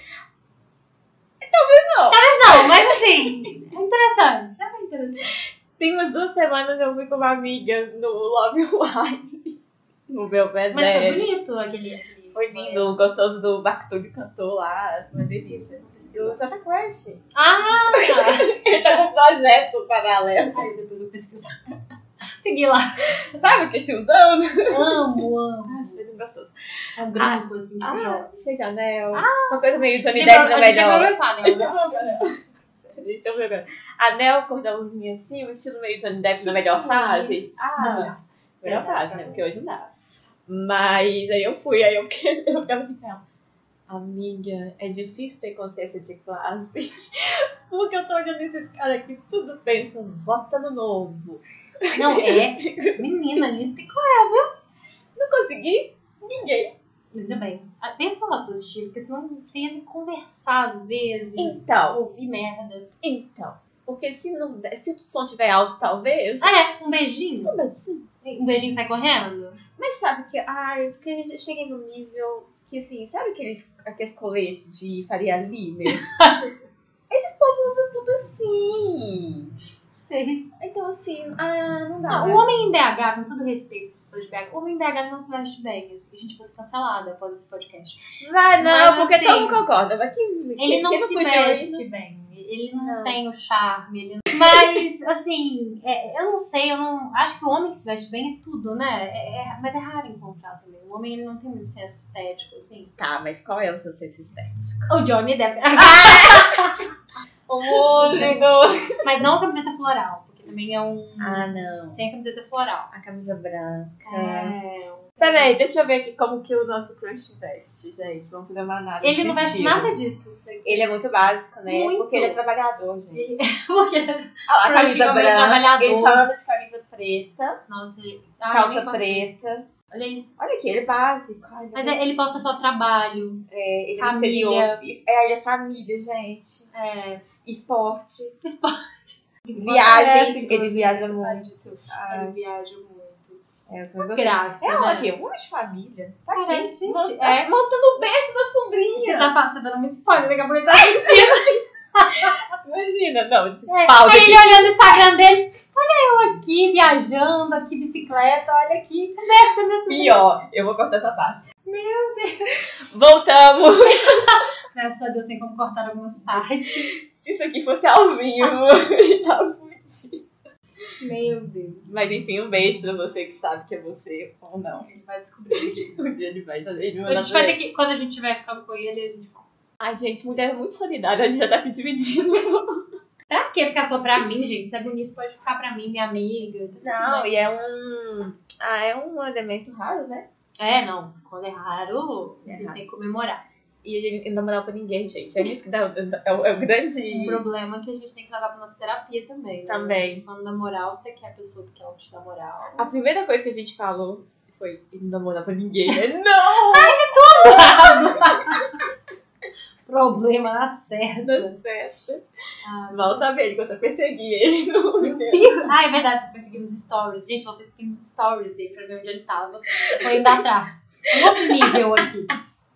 Não.
Não, mas assim, é interessante. É interessante.
Tem umas duas semanas eu fui com uma amiga no Love Live. No meu pé
Mas foi bonito aquele. aquele-
É. Foi lindo, o gostoso do Bartoli cantou lá, uma delícia. Do Jota Quest.
Ah!
Ele tá com um projeto paralelo.
Aí depois eu pesquisar. Segui lá.
Sabe o que um tiozão?
Amo, amo.
Achei ele gostoso.
É um grupo, assim, que joga.
Ah, cheio de anel. uma coisa meio Johnny
Chegou-
Depp no
a gente chegou no
melhor.
Equador, né?
Então, melhor. Anel, cordãozinho assim, o estilo meio Johnny Depp na melhor fase.
Isso.
Ah, melhor
Verdade,
fase, né?
cara.
Porque hoje não dá. Mas aí eu fui, aí eu, fiquei, eu ficava assim com ela. Amiga, é difícil ter consciência de classe. Porque eu tô olhando esses caras aqui, tudo pensando, vota no novo.
Não, é. Menina, ali tem coisa.
Não consegui? Ninguém.
Ainda bem. Ah, Pensa lá positivo, porque senão você ia ter que conversar às vezes.
Então,
Ouvir merda.
então. Porque se, não, der- se o som tiver alto, talvez.
Ah, é? Um beijinho?
Não, mas sim.
Um beijinho sai correndo?
Mas sabe que. Ai, porque eu já cheguei num nível que assim, sabe aqueles, aqueles coletes de Faria Lima? Esses povos usam tudo assim.
Sei.
Então assim, ah, não dá.
Ah, o homem em BH, com todo respeito às pessoas de BH, o homem em BH não se veste bem. assim, A gente fosse cancelada após esse podcast.
Vai não,
Mas,
porque
assim,
todo mundo concorda. Mas quem,
Ele não se veste bem. Ele não,
Ah.
tem o charme. Ele não... Mas, assim, é, eu não sei, eu não. Acho que o homem que se veste bem é tudo, né? É- é- mas é raro encontrar também. O homem ele não tem muito senso estético, assim.
Tá, mas qual é o seu senso estético?
O Johnny deve.
O músico.
mas não a camiseta floral, porque também é um.
Ah, não.
Sem a camiseta floral.
A camisa branca.
É.
Peraí, deixa eu ver aqui como que o nosso crush veste, gente. Vamos fazer uma análise.
Ele não
de
veste
estilo.
nada disso. assim.
Ele é muito básico, né?
Muito.
Porque ele é trabalhador, gente.
Ele- porque ele-
Ah, a
Pra
camisa
mim,
branca,
trabalhador.
ele só anda de camisa preta,
Nossa, ele... Ah, eu nem
calça
consigo.
preta,
Olha isso.
Olha aqui, ele é básico. Ai,
Mas é- ele posta só trabalho.
é, ele é
família.
misterioso. É, ele é família, gente.
É.
Esporte.
Esporte.
Viagens.
Parece,
ele viaja muito.
Ai, seu cara, Ele viaja muito.
É, eu tô gostando.
Graça.
É
né?
uma aqui, uma de família. Tá aqui.
Parece,
Mont-
é.
Montando o beijo da sobrinha.
Você tá, tá dando muito spoiler, daqui a pouco ele tá assistindo.
Imagina, não.
É.
Pausa
Aí
aqui.
ele olhando o Instagram dele. Olha eu aqui, viajando, aqui, bicicleta, olha aqui. Deve ser nesse
Pior. Eu vou cortar essa parte. Meu Deus. Voltamos.
Graças a Deus tem como cortar algumas partes.
Se isso aqui fosse ao vivo, tá fudido.
Meu Deus.
Mas enfim, um beijo pra você que sabe que é você ou não.
Ele vai descobrir.
Um dia ele vai fazer de
A gente vai ter que, quando a gente tiver ficando com ele, ele...
Ai, gente, mulher é muito solidária, a gente já tá aqui dividindo.
Pra que ficar só pra mim, gente? Se é bonito, pode ficar pra mim, minha amiga.
Não, e é um. Ah, é um elemento raro, né?
É, não. Quando é raro,
É
você
raro.
tem que comemorar.
E ele não moral pra ninguém, gente. É isso que dá. É o, é o
Um
grande.
problema que a gente tem que levar pra nossa terapia também. né?
Também.
Só na moral, você quer a pessoa porque ela te dá moral.
A primeira coisa que a gente falou foi: ele não moral pra ninguém. É, não!
Problema na certa.
Dá certo.
Ah,
Mal tá bem, enquanto eu persegui ele. Não...
Meu Deus! Ah, é verdade, você perseguiu nos stories. Gente, eu persegui nos stories dele pra ver onde ele tava. Foi indo atrás. Um outro nível aqui.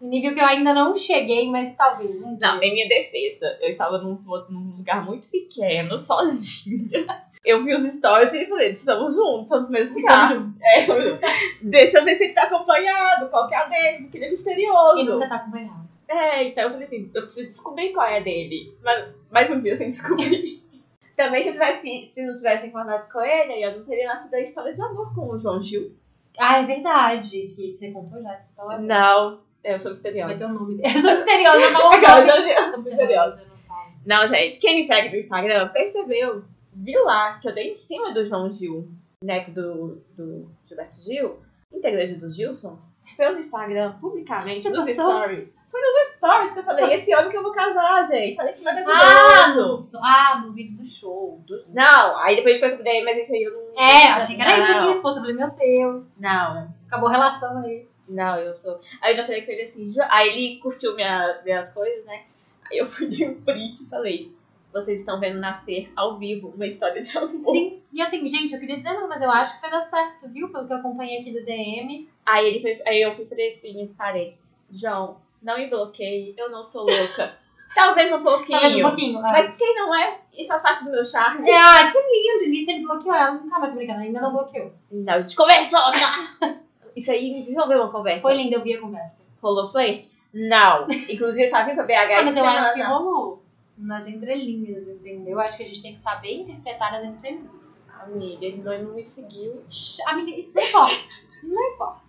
Um nível que eu ainda não cheguei, mas talvez. um dia.
Não, em minha defesa, eu estava num, num lugar muito pequeno, sozinha. Eu vi os stories e falei: estamos juntos, estamos no mesmo lugar.
Estamos juntos.
É, estamos juntos. Deixa eu ver se ele tá acompanhado, qual que é a dele, porque ele é misterioso.
E nunca tá acompanhado.
É, então eu falei assim, eu preciso descobrir qual é a dele. Mas mais um dia sem descobrir. Também se eu tivesse, se não tivesse encontrado com ele, eu não teria nascido a história de amor com o João Gil.
Ah, é verdade. Que você contou já essa história?
Não, eu sou
Vai
misteriosa.
ter o nome É dele. Eu sou misteriosa, eu não
Agora,
falo.
João Gil.
Eu sou misteriosa, eu não falo.
Não, gente, quem me segue no Instagram percebeu, viu lá que eu dei em cima do João Gil, neto do, do Gilberto Gil, integrante do Gilson, pelo Instagram, publicamente,
Você
nos
postou?
stories. Foi nos stories que eu falei, esse homem que eu vou casar, gente. Olha que
Ah,
maravilhoso.
nos esto- ah, no vídeo do show.
Não, aí depois ficou essa ideia, mas esse aí eu não.
É, eu achei que era isso. Eu tinha
não.
esposa. Eu falei, meu Deus.
Não,
Acabou a relação aí.
não, eu sou. Aí eu já falei com ele assim, "Jo-" aí ele curtiu minha, minhas coisas, né? Aí eu fui de um print e falei: vocês estão vendo nascer ao vivo uma história de amor.
Sim. E eu tenho, gente, eu queria dizer não, mas eu acho que vai dar certo, viu? Pelo que eu acompanhei aqui do DM.
Aí ele foi, aí eu fui fresquinha, parei. João, não me bloqueie, eu não sou louca. Talvez um pouquinho.
Talvez um pouquinho. é.
Mas quem não é, isso faz parte do meu charme.
É, ah, que lindo. Início ele bloqueou ela. Nunca mais tô brincando, ainda não bloqueou.
Não, a gente conversou, tá? Isso aí desenvolveu uma conversa.
Foi lindo, eu vi a conversa.
Rolou flerte? Não. Inclusive, eu tava vindo pra BH
Ah, mas eu
essa
acho que
semana.
rolou. Nas entrelinhas, entendeu? Eu acho que a gente tem que saber interpretar as entrelinhas.
Amiga, ele não, ele não me seguiu.
Shh, Amiga, isso não importa. Não importa.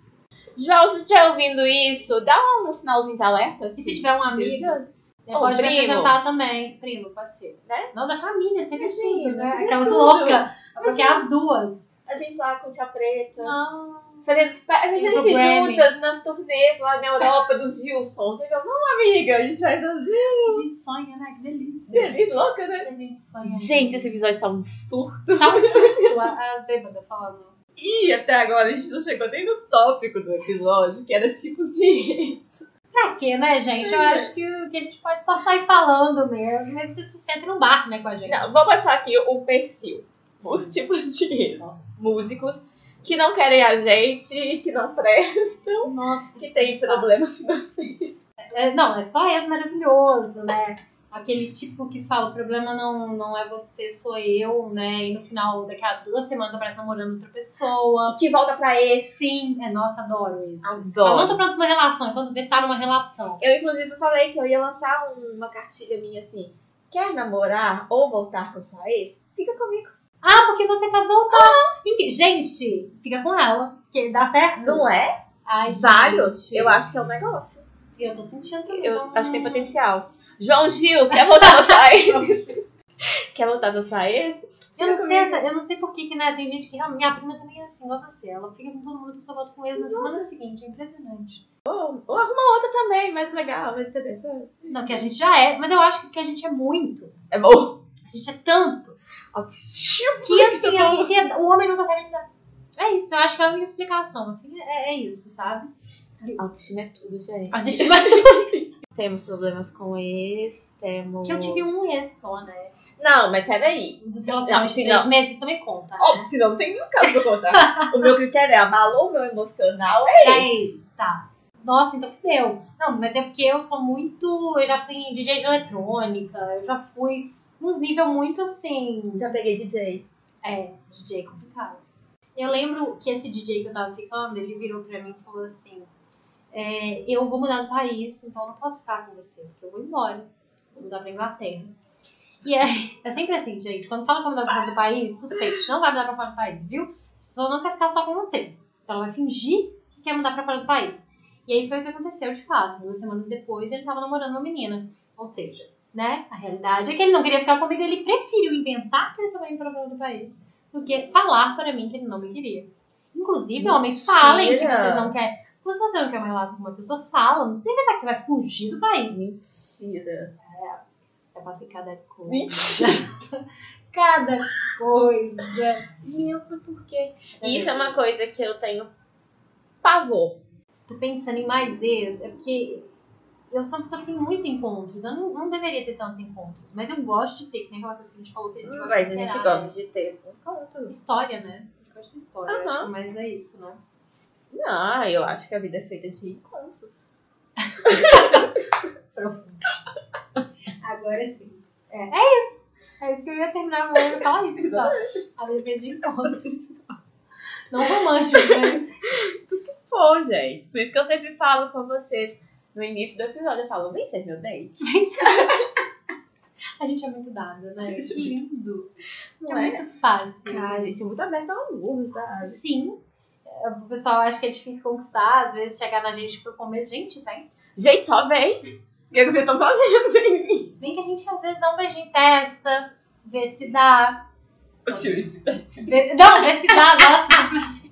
João, se você estiver ouvindo isso, dá um sinalzinho de alerta. assim.
E se tiver um amigo, Você
Ô,
É, pode me
primo.
apresentar também. Primo, pode ser.
Né?
Não, da família, sempre é
Imagina,
tudo, né?
sempre é
Aquelas
tudo.
loucas. Porque é
Imagina. Tá.
as duas.
A gente lá com Tia Preta.
Ah,
Falei, pa- a gente
Programming.
juntas nas turnês lá na Europa dos Gilson. Você fala, não, amiga, a gente vai fazer.
a gente sonha, né? Que delícia.
Feliz, louca, né?
A gente sonha.
Gente, esse episódio tá um surto.
Tá um surto a- as bêbadas falando.
Ih, até agora a gente não chegou nem no tópico do episódio, que era tipos de.
Pra quê, né, gente?
é.
Eu acho que, o- que a gente pode só sair falando mesmo. E você se sente no bar, né, com a gente.
Não, vamos achar aqui o perfil. Os tipos de ex.
Nossa.
músicos que não querem a gente, que não prestam,
Nossa,
que tem problemas financeiros.
É, não, é só ex maravilhoso, né? Aquele tipo que fala, o problema não, não é você, sou eu, né? E no final, daqui a duas semanas, aparece namorando outra pessoa.
Que volta pra esse.
Sim, é, nossa, adoro isso.
Adoro.
Eu não tô pronto pra uma relação, enquanto vê tá numa relação.
Eu, inclusive, falei que eu ia lançar um- uma cartilha minha assim: quer namorar ou voltar com sua ex? Fica comigo.
Ah, porque você faz voltar. Ente- Gente, fica com ela, que dá certo.
Ah. Não é?
Ai,
Vários?
gente.
Eu acho que é um negócio.
Eu tô sentindo que
Eu
não-
acho que tem potencial. João Gil, quer voltar com sua ex? quer voltar com sua ex?
Eu não sei, essa, eu não sei por que, que, né? Tem gente que realmente. Minha prima também é assim, igual você. Ela fica com todo mundo e só volta com eles na semana seguinte. É impressionante.
Ou arruma outra também, mais legal, mais interessante.
Não, que a gente já é, mas eu acho que que a gente é muito.
É bom.
A gente é tanto.
Autoestima. assim,
Que assim, a sociedade. O homem não consegue lidar. É isso, eu acho que é a minha explicação, assim, é, é isso, sabe?
Autoestima é tudo, gente.
A gente vai
Temos problemas com ex, temos.
Que eu tive um ex só, né? Um
Não, mas peraí.
Dos relacionamentos de
Não, Oh,
três
não.
meses também conta. né?
Óbvio, senão não tem nenhum caso pra contar. o meu critério é abalou o meu emocional,
Já
é
é
esse.
isso, tá. Nossa, então fudeu. Não, mas é porque eu sou muito. Eu já fui em DJ de eletrônica, eu já fui uns níveis muito assim.
Já peguei DJ.
É, DJ é complicado. Eu lembro que esse DJ que eu tava ficando, ele virou pra mim e falou assim: é, Eu vou mudar do país, então eu não posso ficar com você, porque eu vou embora. Vou mudar pra Inglaterra. E é, é sempre assim, gente. Quando fala que vai mudar pra fora do país, suspeite, não vai mudar pra fora do país, viu? As pessoas não querem ficar só com você. Então ela vai fingir que quer mudar pra fora do país. E aí foi o que aconteceu de fato. Duas semanas depois ele tava namorando uma menina. Ou seja, né? A realidade é que ele não queria ficar comigo, ele preferiu inventar que ele estava indo pra fora do país do que falar para mim que ele não me queria. Inclusive, homens,
Mentira.
falem que vocês não querem. Se você não quer uma relação com uma pessoa, fala. Não precisa inventar que você vai fugir do país. hein?
Mentira.
Já passei É cada coisa.
Mentira.
Cada coisa.
Meu, mas por quê?
Isso é uma coisa que eu tenho pavor.
Tô pensando em mais ex, é porque eu sou uma pessoa que tem muitos encontros. Eu não, não deveria ter tantos encontros, mas eu gosto de ter, que nem aquela coisa que a gente falou que a gente gosta
Mas a
de
gente
alterar,
gosta de ter um
né?
encontro.
História, né? A gente gosta de história.
Aham.
Acho que mais é isso, né?
Não, eu acho que a vida é feita de encontro.
Agora sim. É, é isso. É isso que eu ia terminar meu ano falar isso, então. A bebê de encontros. Não romântico, né? mas.
Pô, gente. Por isso que eu sempre falo com vocês no início do episódio. Eu falo, vem ser meu date.
A gente é muito dada, né? Que lindo.
Não
é,
é?
muito fácil.
Cara, gente, é muito aberta ao tá? amor, sabe?
Sim. É, O pessoal acha que é difícil conquistar, às vezes chegar na gente por comer. Gente, vem.
Gente, só vem. O que é que vocês estão fazendo sem mim?
Vem que a gente às vezes dá um beijo em testa, vê se dá. Vê- não, vê se dá, nossa.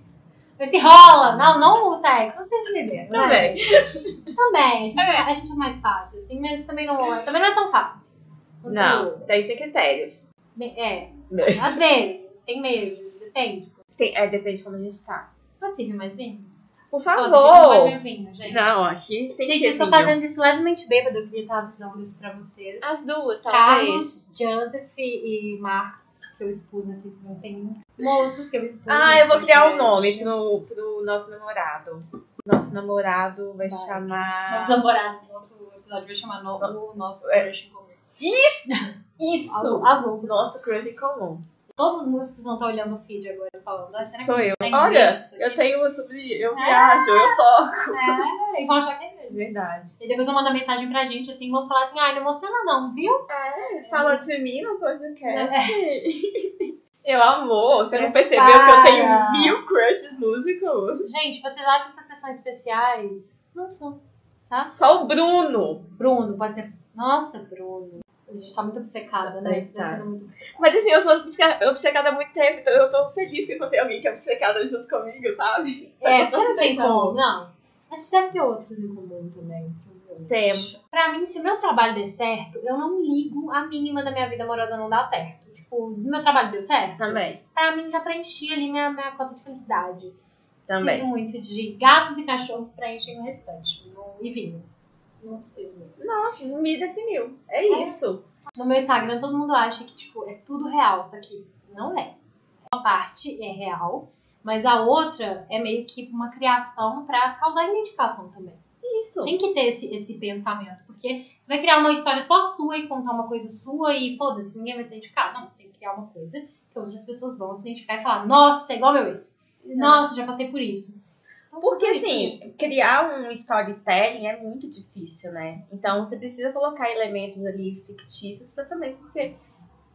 Vê se rola. Não, não o sexo. Vocês entenderam. né,
Também.
gente? Também, a gente
É.
é, a gente é mais fácil, assim, mas também não, também não é tão fácil. Não se iluda.
Não, tem critérios.
Bem, É, às vezes, tem meses, depende.
Tem- é, depende de como a gente tá.
Pode servir mais vinho?
Por
Pode, não pode
favor!
ver vinho, gente.
Não, aqui tem
gente,
que
eu estou
vinho.
fazendo isso levemente bêbado, eu queria estar avisando isso pra vocês.
As duas, Ah, talvez.
Carlos, Joseph e Marcos, que eu expus nesse filme, tem um. moços que eu expus.
Ah,
nesse
eu vou criar um
podcast.
nome pro, pro nosso namorado. Nosso namorado vai
Vai.
chamar.
Nosso namorado, nosso episódio vai chamar no, o nosso
É.
crush em comum.
Isso!
Alô, alô.
Nosso crush em comum.
Todos os músicos vão estar olhando o feed agora falando. Ah, será que
Sou eu.
tem
Olha,
isso aqui?
eu tenho uma sobre. Eu viajo, eu toco.
É, e vão achar que é mesmo.
Verdade.
E depois vão mandar mensagem pra gente assim, vão falar assim, ai, não emociona não, viu?
Fala de mim no podcast. Eu amor, você não percebeu que eu
Prepara.
tenho mil crushes músicos?
Gente, vocês acham que vocês são especiais? Não são.
Só o Bruno.
Bruno, pode ser. Nossa, Bruno. A gente tá muito obcecada,
É,
né? Tá
tá.
sendo muito obcecada.
Mas assim, eu sou obceca- obcecada há muito tempo, então eu tô feliz que encontrei alguém que é obcecada junto comigo, sabe?
É, porque não tem
deixar
como. Não. A gente deve ter outros em comum também.
Temos.
Pra mim, se o meu trabalho der certo, eu não ligo a mínima da minha vida amorosa não dar certo. Tipo, meu trabalho deu certo?
Também.
pra mim já preenchi ali minha, minha cota de felicidade.
Também.
Preciso muito de gatos e cachorros pra encher o restante. não- E vinho. Não preciso muito.
Nossa, me definiu. É, isso.
No meu Instagram, todo mundo acha que, tipo, é tudo real. Só que não é. Uma parte é real, mas a outra é meio que uma criação pra causar identificação também.
Isso.
Tem que ter esse, esse pensamento, porque você vai criar uma história só sua e contar uma coisa sua e foda-se, ninguém vai se identificar. Não, você tem que criar uma coisa que outras pessoas vão se identificar e falar, nossa, é igual meu ex. Nossa, já passei por isso. Então,
Porque
tudo isso.
assim, criar um storytelling é muito difícil, né? Então você precisa colocar elementos ali fictícios pra também, porque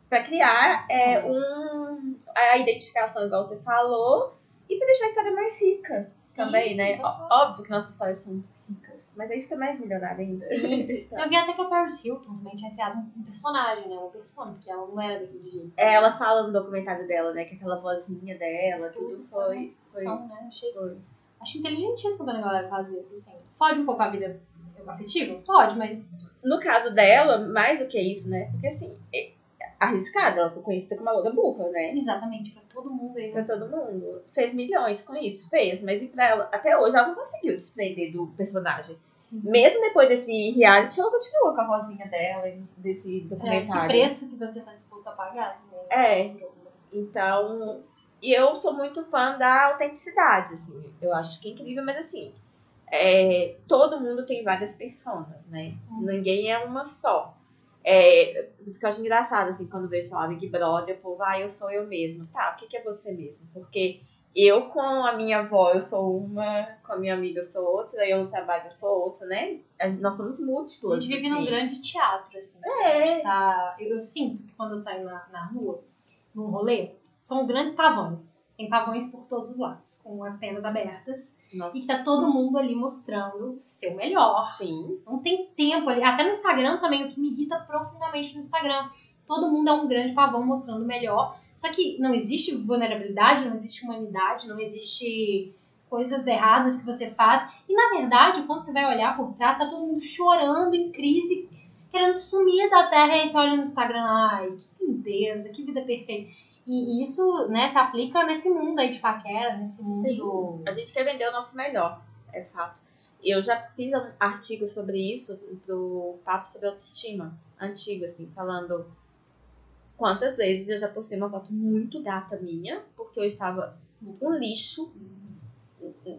pra criar é um a identificação igual você falou e pra deixar a história mais rica
Sim,
também, né?
total.
Ó- Óbvio que nossas histórias são ricas, mas aí fica mais milionária ainda.
Sim. Eu vi até que a Paris Hilton também tinha criado um um personagem, né? Uma persona, porque ela não era daquele jeito.
É, ela fala no documentário dela, né? Que aquela vozinha dela, tudo foi. foi,
São, né? Achei,
foi.
acho inteligentíssimo quando a galera faz isso, assim. Fode um pouco a vida afetiva? Fode, mas
No caso dela, mais do que isso, né? Porque assim, e- arriscada, ela ficou conhecida como a loura burra, né?
Exatamente, pra todo mundo aí.
Pra todo mundo. Fez milhões com isso, fez, mas e pra ela, até hoje ela não conseguiu desprender do personagem.
Sim.
Mesmo depois desse reality, ela continua com a vozinha dela, e desse
É, que
documentário.
preço que você tá disposto a pagar? né?
É. Então, E eu sou muito fã da autenticidade, assim. Eu acho que é incrível, mas assim, é, todo mundo tem várias personas, né?
Hum.
Ninguém é uma só. É, por isso que eu acho engraçado, assim, quando vejo falar Big Brother, o povo, ah, eu sou eu mesmo. Tá, o que, que é você mesmo? Porque eu com a minha avó eu sou uma, com a minha amiga eu sou outra, eu no trabalho eu sou outra, né? A- Nós somos
A
múltiplos.
gente vive num
assim.
grande teatro, assim.
É.
A gente tá- eu, eu sinto que quando eu saio na, na rua, num rolê, são grandes pavões. Tem pavões por todos os lados, com as pernas abertas.
Nossa.
E que tá todo mundo ali mostrando o seu melhor.
Sim,
Não Então, tem tempo ali. Até no Instagram também, o que me irrita profundamente no Instagram. Todo mundo é um grande pavão mostrando o melhor. Só que não existe vulnerabilidade, não existe humanidade, não existe coisas erradas que você faz. E na verdade, quando você vai olhar por trás, tá todo mundo chorando, em crise, querendo sumir da terra. E aí você olha no Instagram, ai, que lindeza, que vida perfeita. E e isso, né, se aplica nesse mundo aí de paquera, nesse
Sim.
mundo.
a gente quer vender o nosso melhor, é fato. Eu já fiz um artigo sobre isso, do papo sobre autoestima, antigo, assim, falando quantas vezes eu já postei uma foto muito gata minha, porque eu estava um lixo,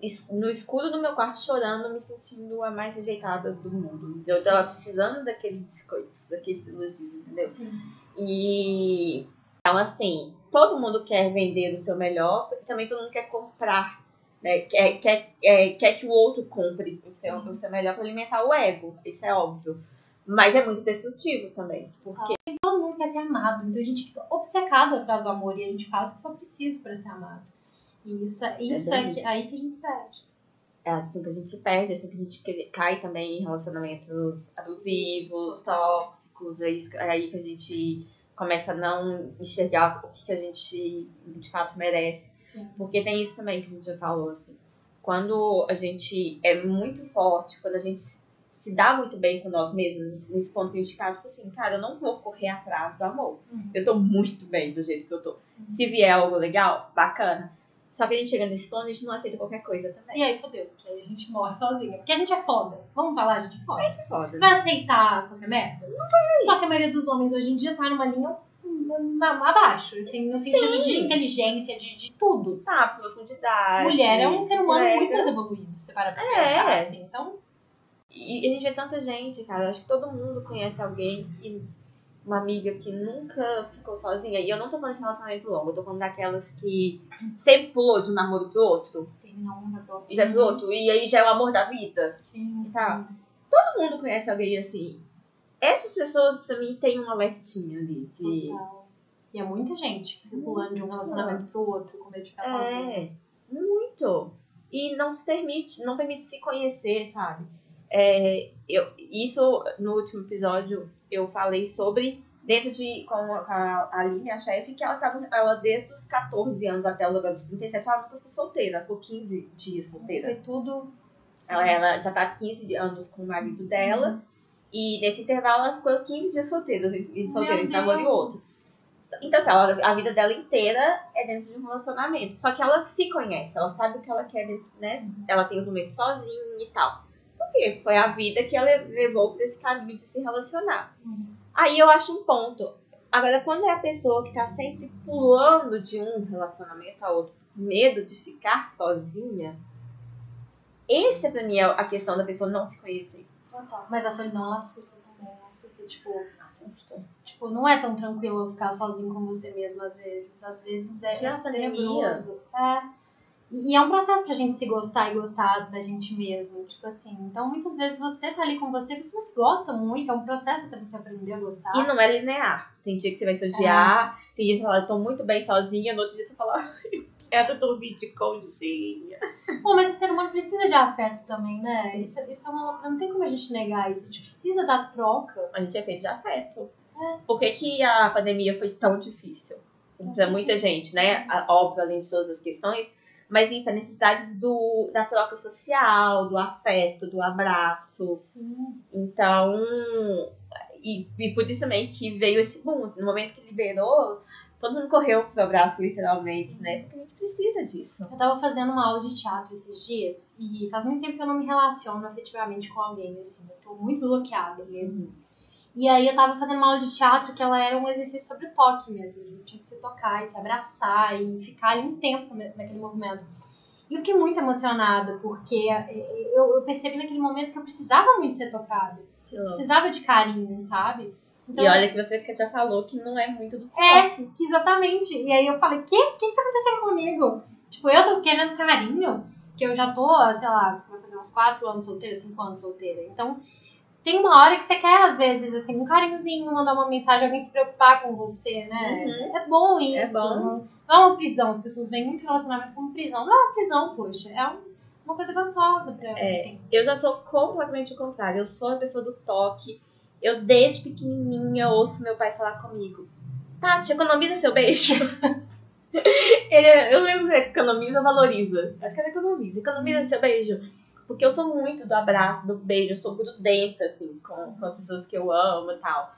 es- no escuro do meu quarto chorando, me sentindo a mais rejeitada do mundo. Eu estava precisando daqueles biscoitos, daqueles elogios, entendeu?
Sim.
E então assim, todo mundo quer vender o seu melhor, e também todo mundo quer comprar, né? Quer, quer, é, quer que o outro compre o seu, o seu melhor para alimentar o ego, isso é óbvio. Mas é muito destrutivo também, tipo, porque
todo mundo quer ser amado, então a gente fica obcecado atrás do amor e a gente faz o que for preciso pra ser amado. E isso é, isso é,
bem
que-
isso.
aí que a gente perde.
é assim que a gente se perde, é assim que a gente que- cai também em relacionamentos abusivos, tóxicos, é isso- é aí que a gente começa a não enxergar o que, que a gente de fato merece.
Sim.
Porque tem isso também que a gente já falou, assim. Quando a gente é muito forte, quando a gente se dá muito bem com nós mesmos, nesse ponto que a gente tá, tipo assim, cara, eu não vou correr atrás do amor.
Uhum.
Eu tô muito bem do jeito que eu tô. Se vier algo legal, bacana. Só que a gente chega nesse ponto, a gente não aceita qualquer coisa também. É
E aí fodeu, porque aí a gente morre sozinha. Porque a gente é foda. Vamos falar, a gente é foda.
A gente é foda, né?
Vai aceitar qualquer merda? Não vai. Só que a maioria dos homens hoje em dia tá numa linha ma- ma- abaixo, assim, no sentido
Sim.
de inteligência, de, de tudo.
Tá, profundidade. né?
Mulher é um ser humano
entrega.
muito mais evoluído, se parar pra
É.
pensar, assim. Então,
E a gente vê tanta gente, cara. Acho que todo mundo conhece alguém que. Uma amiga que nunca ficou sozinha. E eu não tô falando de relacionamento longo, eu tô falando daquelas que sempre pulou de um namoro pro outro.
terminar um, vai pro outro.
E vai pro outro. E aí já é o amor da vida.
Sim,
Tá. Todo mundo conhece alguém assim. Essas pessoas, pra mim, têm um alertinho ali de.
Total. E é muita gente que fica pulando de um relacionamento pro outro, com medo de ficar tá sozinha.
É, muito. E não se permite, não permite se conhecer, sabe? É, eu, isso no último episódio eu falei sobre dentro de com a, com a Aline, a chefe, que ela tava, ela desde os 14 anos até o lugar dos 37, ela nunca ficou solteira, ela ficou 15 dias solteira.
Foi tudo.
Ela, ela já tá 15 anos com o marido dela. E nesse intervalo ela ficou 15 dias solteira, e solteira
Meu
entre namoro e
Deus.
outro. Então, assim, ela, a vida dela inteira é dentro de um relacionamento. Só que ela se conhece, ela sabe o que ela quer, né? Ela tem os momentos sozinha e tal. Porque foi a vida que ela levou pra esse caminho de se relacionar.
Uhum.
Aí eu acho um ponto. Agora, quando é a pessoa que tá sempre pulando de um relacionamento a outro, com medo de ficar sozinha, essa pra mim é a questão da pessoa não se conhecer.
Total. Mas a solidão ela assusta também. Ela assusta, tipo, tipo, não é tão tranquilo ficar sozinho com você mesmo às vezes. Às vezes é,
Já
é
a pandemia.
tenebroso. É. E é um processo pra gente se gostar e gostar da gente mesmo. Tipo assim, então muitas vezes você tá ali com você, você não se gosta muito, é um processo até você aprender a gostar.
E não é linear. Tem dia que você vai se odiar, tem dia que você fala, eu tô muito bem sozinha, no outro dia você fala, ai, eu quero dormir de conjinha.
Bom, mas o ser humano precisa de afeto também, né? Isso, isso é uma loucura, não tem como a gente negar isso. A gente precisa da troca.
A gente é feito de afeto. Por que, que a pandemia foi tão difícil? Pra muita gente, né? A- Óbvio, além de todas as questões. Mas isso, a necessidade do, da troca social, do afeto, do abraço.
Sim.
Então, E, e por isso também que veio esse boom. assim, no momento que liberou, todo mundo correu pro abraço, literalmente, né? Porque a gente precisa disso.
Eu tava fazendo uma aula de teatro esses dias e faz muito tempo que eu não me relaciono afetivamente com alguém, assim. Eu tô muito bloqueada mesmo. E aí eu tava fazendo uma aula de teatro que ela era um exercício sobre toque mesmo. A gente tinha que se tocar e se abraçar e ficar ali um tempo na- naquele movimento. E eu fiquei muito emocionada porque eh, eu eu percebi naquele momento que eu precisava muito ser tocada. Eu precisava de carinho, sabe? Então,
E olha que você que já falou que não é muito do
tá- É.
toque.
Exatamente. E aí eu falei, o que que tá acontecendo comigo? Tipo, eu tô querendo carinho, que eu já tô, sei lá, vai fazer uns 4 anos solteira, 5 anos solteira. Então, tem uma hora que você quer, às vezes, assim, um carinhozinho, mandar uma mensagem, alguém se preocupar com você, né? É bom isso.
Uhum. É bom.
Não, não é uma prisão. As pessoas veem muito relacionamento como prisão. Não é uma prisão, poxa. É um- uma coisa gostosa pra
É.
enfim.
Eu já sou completamente o contrário. Eu sou a pessoa do toque. Eu, desde pequenininha, ouço meu pai falar comigo. Tati, economiza seu beijo. Ele- eu lembro que é economiza, valoriza. Acho que era economiza. Economiza seu beijo. Porque eu sou muito do abraço, do beijo. Eu sou grudenta, assim, com, com as pessoas que eu amo e tal.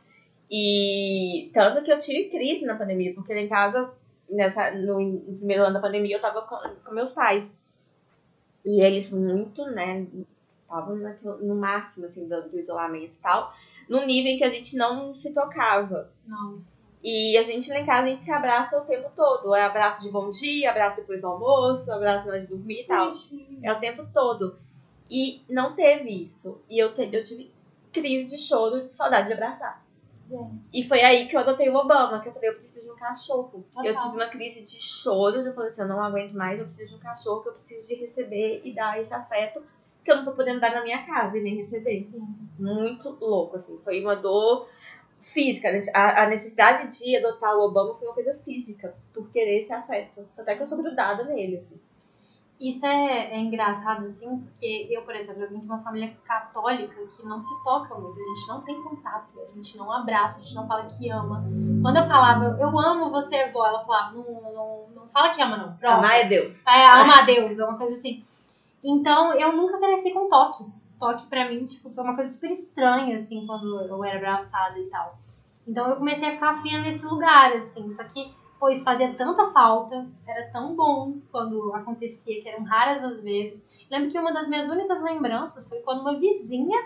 E tanto que eu tive crise na pandemia. Porque lá em casa, nessa, no, no primeiro ano da pandemia, eu tava com, com meus pais. E eles muito, né, estavam naquilo- no máximo, assim, do, do isolamento e tal, num nível em que a gente não se tocava.
Nossa.
E a gente lá em casa, a gente se abraça o tempo todo. É abraço de bom dia, abraço depois do almoço, abraço na hora de dormir e tal.
Bonitinho.
É o tempo todo. E não teve isso. E eu, te- eu tive crise de choro, de saudade de abraçar.
Gente.
E foi aí que eu adotei o Obama, que eu falei, eu preciso de um cachorro.
Ah,
Eu
tá.
tive uma crise de choro, eu falei assim, eu não aguento mais, eu preciso de um cachorro, que eu preciso de receber e dar esse afeto que eu não tô podendo dar na minha casa e nem receber
Sim.
muito louco, assim. Foi uma dor física. A, a necessidade de adotar o Obama foi uma coisa física, por querer esse afeto. Até que eu sou grudada nele, assim.
Isso é, é engraçado, assim, porque eu, por exemplo, eu vim de uma família católica que não se toca muito, a gente não tem contato, a gente não abraça, a gente não fala que ama. Quando eu falava, eu amo você, avó, ela falava, não, não, não fala que ama, não, prova.
Amar é Deus.
É, ama a Deus, é uma coisa assim. Então, eu nunca cresci com toque. Toque pra mim, tipo, foi uma coisa super estranha, assim, quando eu era abraçada e tal. Então, eu comecei a ficar fria nesse lugar, assim. Só que, pô, isso fazia tanta falta, era tão bom quando acontecia, que eram raras as vezes. Lembro que uma das minhas únicas lembranças foi quando uma vizinha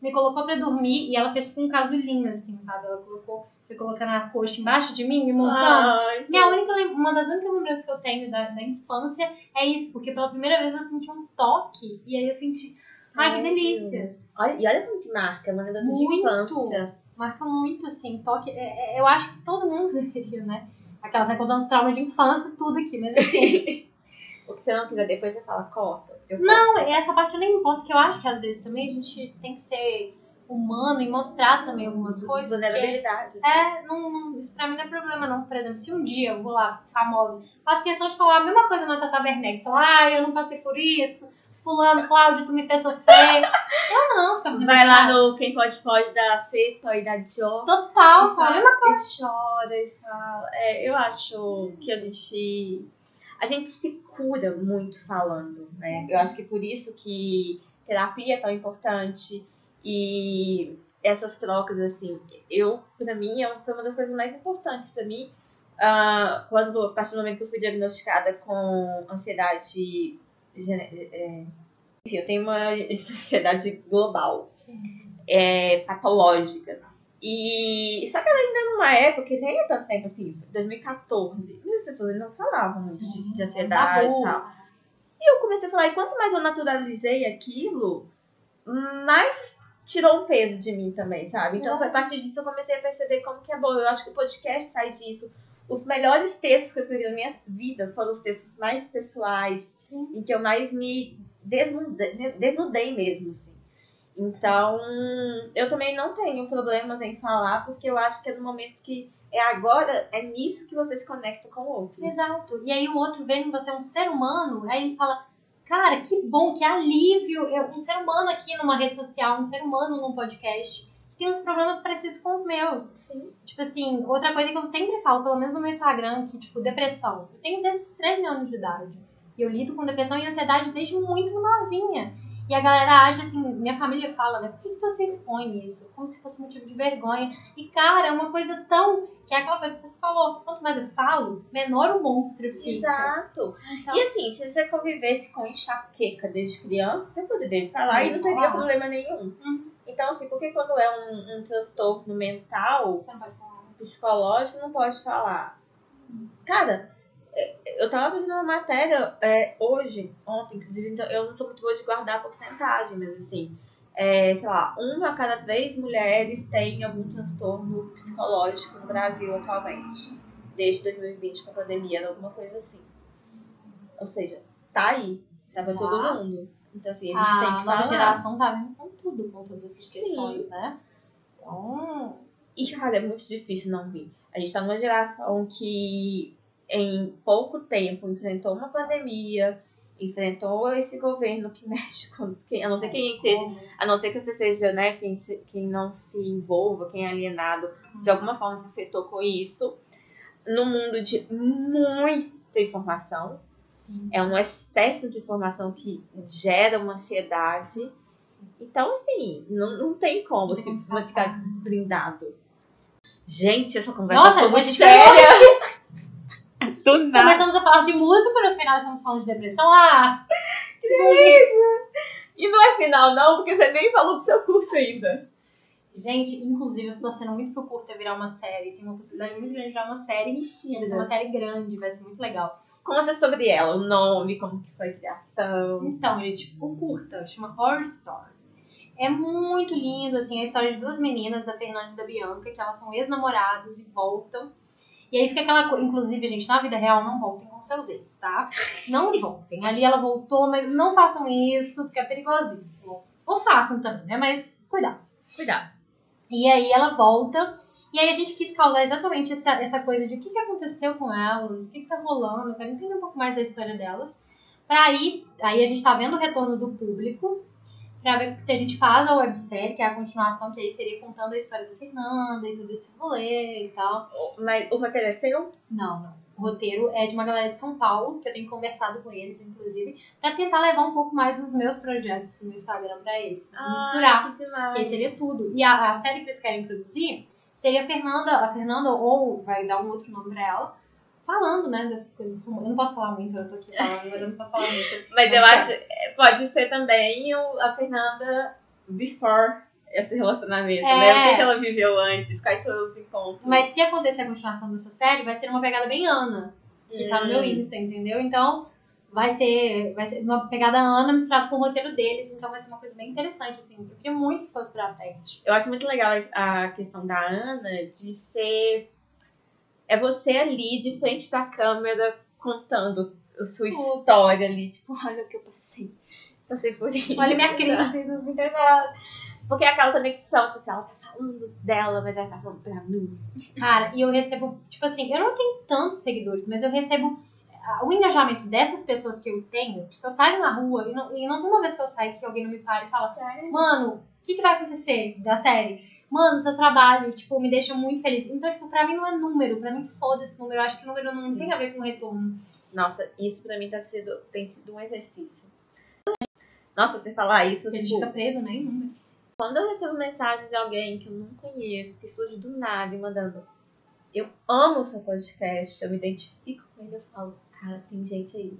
me colocou pra dormir e ela fez tipo um casulinho, assim, sabe? Ela colocou, foi colocando a coxa embaixo de mim, me montando.
Ai,
Minha única, lem- uma das únicas lembranças que eu tenho da, da infância é isso, porque pela primeira vez eu senti um toque, e aí eu senti, ai que
Ai,
delícia.
olha, e olha como que marca, é uma lembrança de
Muito.
infância.
Marca muito, assim, toque, é- é- eu acho que todo mundo deveria, né? Aquelas, né, contando os traumas de infância, tudo aqui, mas assim,
O que você não quiser depois, você fala, corta. Eu
não, essa parte eu nem importo, que eu acho que às vezes também a gente tem que ser humano e mostrar também algumas coisas, porque-
Vulnerabilidade.
É, não, não- isso pra mim não é problema, não. Por exemplo, se um dia eu vou lá, fico famosa, faço questão de falar a mesma coisa na Tata Werneck, falar, ah, eu não passei por isso, fulano, Cláudio, tu me fez sofrer. eu não, fica fazendo
Vai lá
piada.
no Quem Pode Pode da Fepa e da Jo.
Total,
fala,
fala.
e chora e fala. É, eu acho que a gente a gente se cura muito falando, né? Eu acho que por isso que terapia é tão importante e essas trocas assim, eu para mim é- foi uma das coisas mais importantes para mim. ah, quando a partir do momento que eu fui diagnosticada com ansiedade gene- é, enfim, eu tenho uma ansiedade global é, patológica. E só que ela ainda numa época, que nem é tanto tempo assim, 2014, as pessoas ainda não falavam muito de,
é um
de ansiedade e tal. E eu comecei a falar, e quanto mais eu naturalizei aquilo, mais tirou um peso de mim também, sabe? Então foi a partir disso que eu comecei a perceber como que é bom. Eu acho que o podcast sai disso. Os melhores textos que eu escrevi na minha vida foram os textos mais pessoais,
Sim.
em que eu mais me desnudei, desnudei mesmo, assim. Então, eu também não tenho problemas em falar, porque eu acho que é no momento que é agora, é nisso que você se conecta com o outro.
Exato. E aí o outro vê em você um ser humano, aí ele fala, cara, que bom, que alívio, eu- um ser humano aqui numa rede social, um ser humano num podcast, tem uns problemas parecidos com os meus.
Sim.
Tipo assim, outra coisa que eu sempre falo, pelo menos no meu Instagram, que, tipo, depressão. Eu tenho desde os 13 anos de idade. E eu lido com depressão e ansiedade desde muito novinha. E a galera acha assim, minha família fala, né? Por que que você expõe isso? Como se fosse motivo de vergonha. E, cara, é uma coisa tão. Que é aquela coisa que você falou, quanto mais eu falo, menor o monstro fica.
Exato.
Então,
E assim, se você convivesse com enxaqueca desde criança, você poderia falar e não teria
Falar.
problema nenhum.
Uhum.
Então, assim, porque quando é um, um transtorno mental,
você não pode falar.
psicológico, não pode falar. Cara, é, eu tava fazendo uma matéria é, hoje, ontem, inclusive, então eu não sou muito boa de guardar a porcentagem, mas assim, é, sei lá, uma a cada três mulheres tem algum transtorno psicológico no Brasil atualmente. Desde 2020 com a pandemia, era alguma coisa assim. Ou seja, tá aí. Tava
Tá.
todo mundo. Então, assim, a gente
a
tem que
nova
falar.
geração tá vindo com tudo, com todas essas
Sim.
questões, né? Então,
E, cara, é muito difícil não vir. A gente tá numa geração que, em pouco tempo, enfrentou uma pandemia, enfrentou esse governo que mexe com. Quem, a não ser quem seja. A não ser que você seja, né, quem, se- quem não se envolva, quem é alienado, de alguma forma se afetou com isso. Num mundo de muita informação,
Sim.
é um excesso de informação que gera uma ansiedade.
Sim.
Então, assim, não, não tem como
Não
se
tem como
você
escapar.
ficar blindado. Gente, essa conversa
Nossa,
ficou
a
muito
gente
séria do nada.
Começamos a falar de música, no final estamos falando de depressão. Ah,
E não é final, não, porque você nem falou do seu curto ainda.
gente, inclusive eu tô torcendo muito pro curta virar uma série. Tem uma possibilidade muito grande de virar uma série. Sim, vai ser é uma série grande, vai ser muito legal.
Conta sobre ela, o nome, como que foi a criação.
Então, gente, o curta chama Horror Story. É muito lindo, assim, a história de duas meninas, da Fernanda e da Bianca, que elas são ex-namoradas e voltam. E aí fica aquela coisa, inclusive, gente, na vida real, não voltem com seus ex, tá? Não voltem. Ali ela voltou, mas não façam isso, porque é perigosíssimo. Ou façam também, né? Mas cuidado.
Cuidado.
E aí ela volta. E aí a gente quis causar exatamente essa, essa coisa de o que, que aconteceu com elas, o que, que tá rolando, eu quero entender um pouco mais da história delas. Pra aí, aí a gente tá vendo o retorno do público, pra ver se a gente faz a websérie, que é a continuação, que aí seria contando a história da Fernanda e todo esse rolê e tal.
Mas o roteiro é seu?
Não, não. O roteiro é de uma galera de São Paulo, que eu tenho conversado com eles, inclusive, pra tentar levar um pouco mais dos meus projetos do meu Instagram pra eles.
Ai,
misturar.
Ah, que demais.
Que aí seria tudo. E a, a série que eles querem produzir seria a Fernanda, a Fernanda, ou vai dar um outro nome pra ela, falando, né, dessas coisas. como- Eu não posso falar muito, eu tô aqui falando, mas eu não posso falar muito.
Mas eu
Pode
acho, é, pode ser também o- a Fernanda before esse relacionamento,
É.
né? O que, que ela viveu antes, quais foram os encontros.
Mas se acontecer a continuação dessa série, vai ser uma pegada bem Ana, que tá no meu
Hum.
Insta, entendeu? Então. Vai ser, vai ser uma pegada Ana misturada com o roteiro deles, então vai ser uma coisa bem interessante, assim. Eu queria muito que fosse pra frente.
Eu acho muito legal a questão da Ana de ser. É você ali de frente pra câmera contando a sua
Tudo.
história ali. Tipo, olha o que eu passei. Passei por isso.
Olha minha crise nos
Porque é aquela conexão, que assim, ela tá falando dela, mas ela tá falando pra mim.
Cara, e eu recebo, tipo assim, eu não tenho tantos seguidores, mas eu recebo ah, o engajamento dessas pessoas que eu tenho. Tipo, eu saio na rua e não, e não tem uma vez que eu saio que alguém não me para e fala,
Sério?
mano, o que, que vai acontecer da série? Mano, seu trabalho, tipo, me deixa muito feliz. Então, tipo, pra mim não é número, pra mim foda esse número. Eu acho que número não tem a ver com retorno.
Nossa, isso pra mim tá sido, tem sido um exercício. Nossa, você falar isso,
A gente
tipo,
fica preso, né, em números.
Quando eu recebo mensagem de alguém que eu não conheço, que surge do nada e mandando, eu amo o seu podcast, eu me identifico com ele, eu falo, cara, tem gente aí.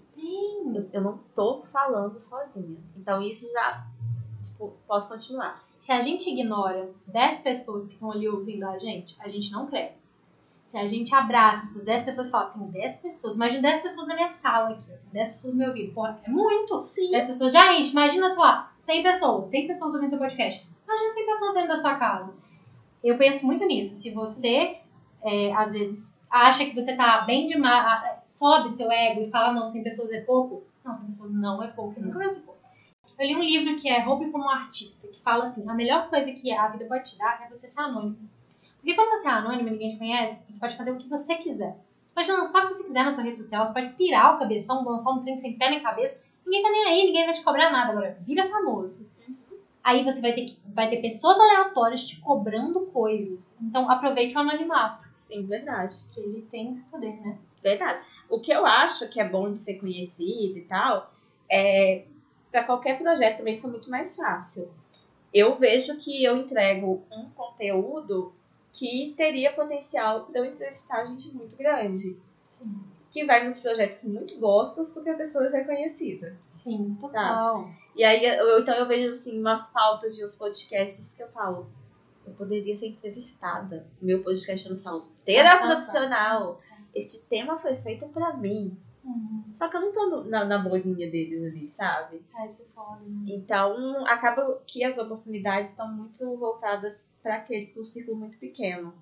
Eu, eu não tô falando sozinha. Então isso já, tipo, posso continuar.
Se a gente ignora 10 pessoas que estão ali ouvindo a gente, a gente não cresce. Se a gente abraça essas 10 pessoas e fala, tem 10 pessoas, imagina 10 pessoas na minha sala aqui, ó, 10 pessoas me ouvindo, pô, é muito.
Sim.
10 pessoas já enche, imagina, sei lá, 100 pessoas, 100 pessoas ouvindo seu podcast. Imagina 100 pessoas dentro da sua casa. Eu penso muito nisso. Se você, é, às vezes, acha que você tá bem demais, a- a- sobe seu ego e fala, não, 100 pessoas é pouco. Não, 100 pessoas não é pouco, nunca vai ser pouco. Eu li um livro que é Roube como um Artista, que fala assim, a melhor coisa que a vida pode te dar é você ser anônimo. Porque quando você é anônimo e ninguém te conhece, você pode fazer o que você quiser. Você pode lançar o que você quiser na sua rede social, você pode pirar o cabeção, lançar um trem sem pé nem cabeça, ninguém tá nem aí, ninguém vai te cobrar nada. Agora, vira famoso. Aí você vai ter, que, vai ter pessoas aleatórias te cobrando coisas. Então aproveite o anonimato,
Sim, verdade.
que ele tem esse poder, né?
Verdade. O que eu acho que é bom de ser conhecido e tal é para qualquer projeto também fica muito mais fácil. Eu vejo que eu entrego um conteúdo que teria potencial para eu entrevistar gente muito grande.
Sim.
Que vai nos projetos muito gostos porque a pessoa já é conhecida.
Sim, total.
E aí, eu, então eu vejo assim, uma falta de uns podcasts que eu falo. Eu poderia ser entrevistada. Meu podcast é no salão terá
Nossa.
profissional. Este tema foi feito para mim.
Hum,
Só que eu não tô no- na, na bolinha deles ali, sabe?
Ai, isso é foda.
Então, acaba que as oportunidades estão muito voltadas para aquele pro círculo muito pequeno.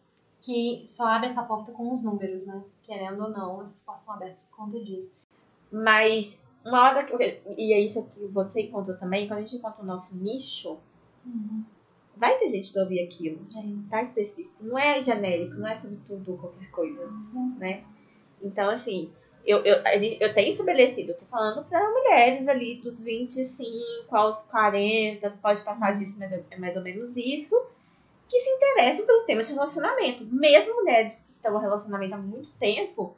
Que só abre essa porta com os números, né? Querendo ou não, essas portas são abertas por conta disso.
Mas uma hora que eu, e é isso que você encontrou também, quando a gente encontra o nosso nicho, vai ter gente pra ouvir aquilo,
Uhum. É,
tá específico, não é genérico, não é sobre tudo ou qualquer coisa,
sim.
né? Então assim, eu, eu, a gente- eu tenho estabelecido, eu tô falando pra mulheres ali dos 25 aos 40, pode passar disso, mas é mais ou menos isso, que se interessam pelo tema de relacionamento. Mesmo mulheres que estão em relacionamento há muito tempo,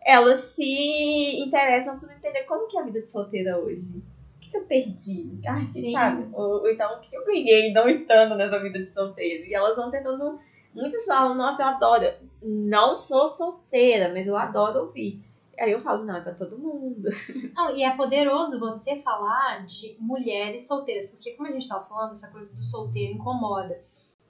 elas se interessam por entender como que é a vida de solteira hoje. O que, que eu perdi? Ai,
Sim.
sabe? Ou, ou então, o que que eu ganhei não estando nessa vida de solteira? E elas vão tentando... Muitas falam, nossa, eu adoro. Eu Não sou solteira, mas eu adoro ouvir. Aí eu falo, não, é pra todo mundo.
Não, e é poderoso você falar de mulheres solteiras, porque como a gente tava falando, essa coisa do solteiro incomoda.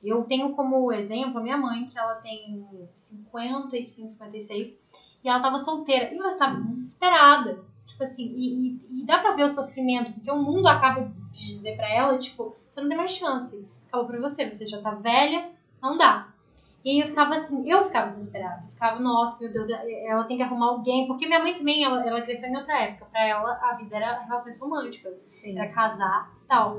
Eu tenho como exemplo a minha mãe, que ela tem 55, 56, e ela tava solteira, e ela estava desesperada. Tipo assim, e, e- e dá pra ver o sofrimento, porque o mundo acaba de dizer pra ela, tipo, você não tem mais chance. Acabou pra você, você já tá velha, não dá. E aí eu ficava assim, eu ficava desesperada. Eu ficava, nossa, meu Deus, é, ela tem que arrumar alguém. Porque minha mãe também, ela, ela cresceu em outra época. Pra ela, a vida era relações românticas.
Sim.
Era casar e tal.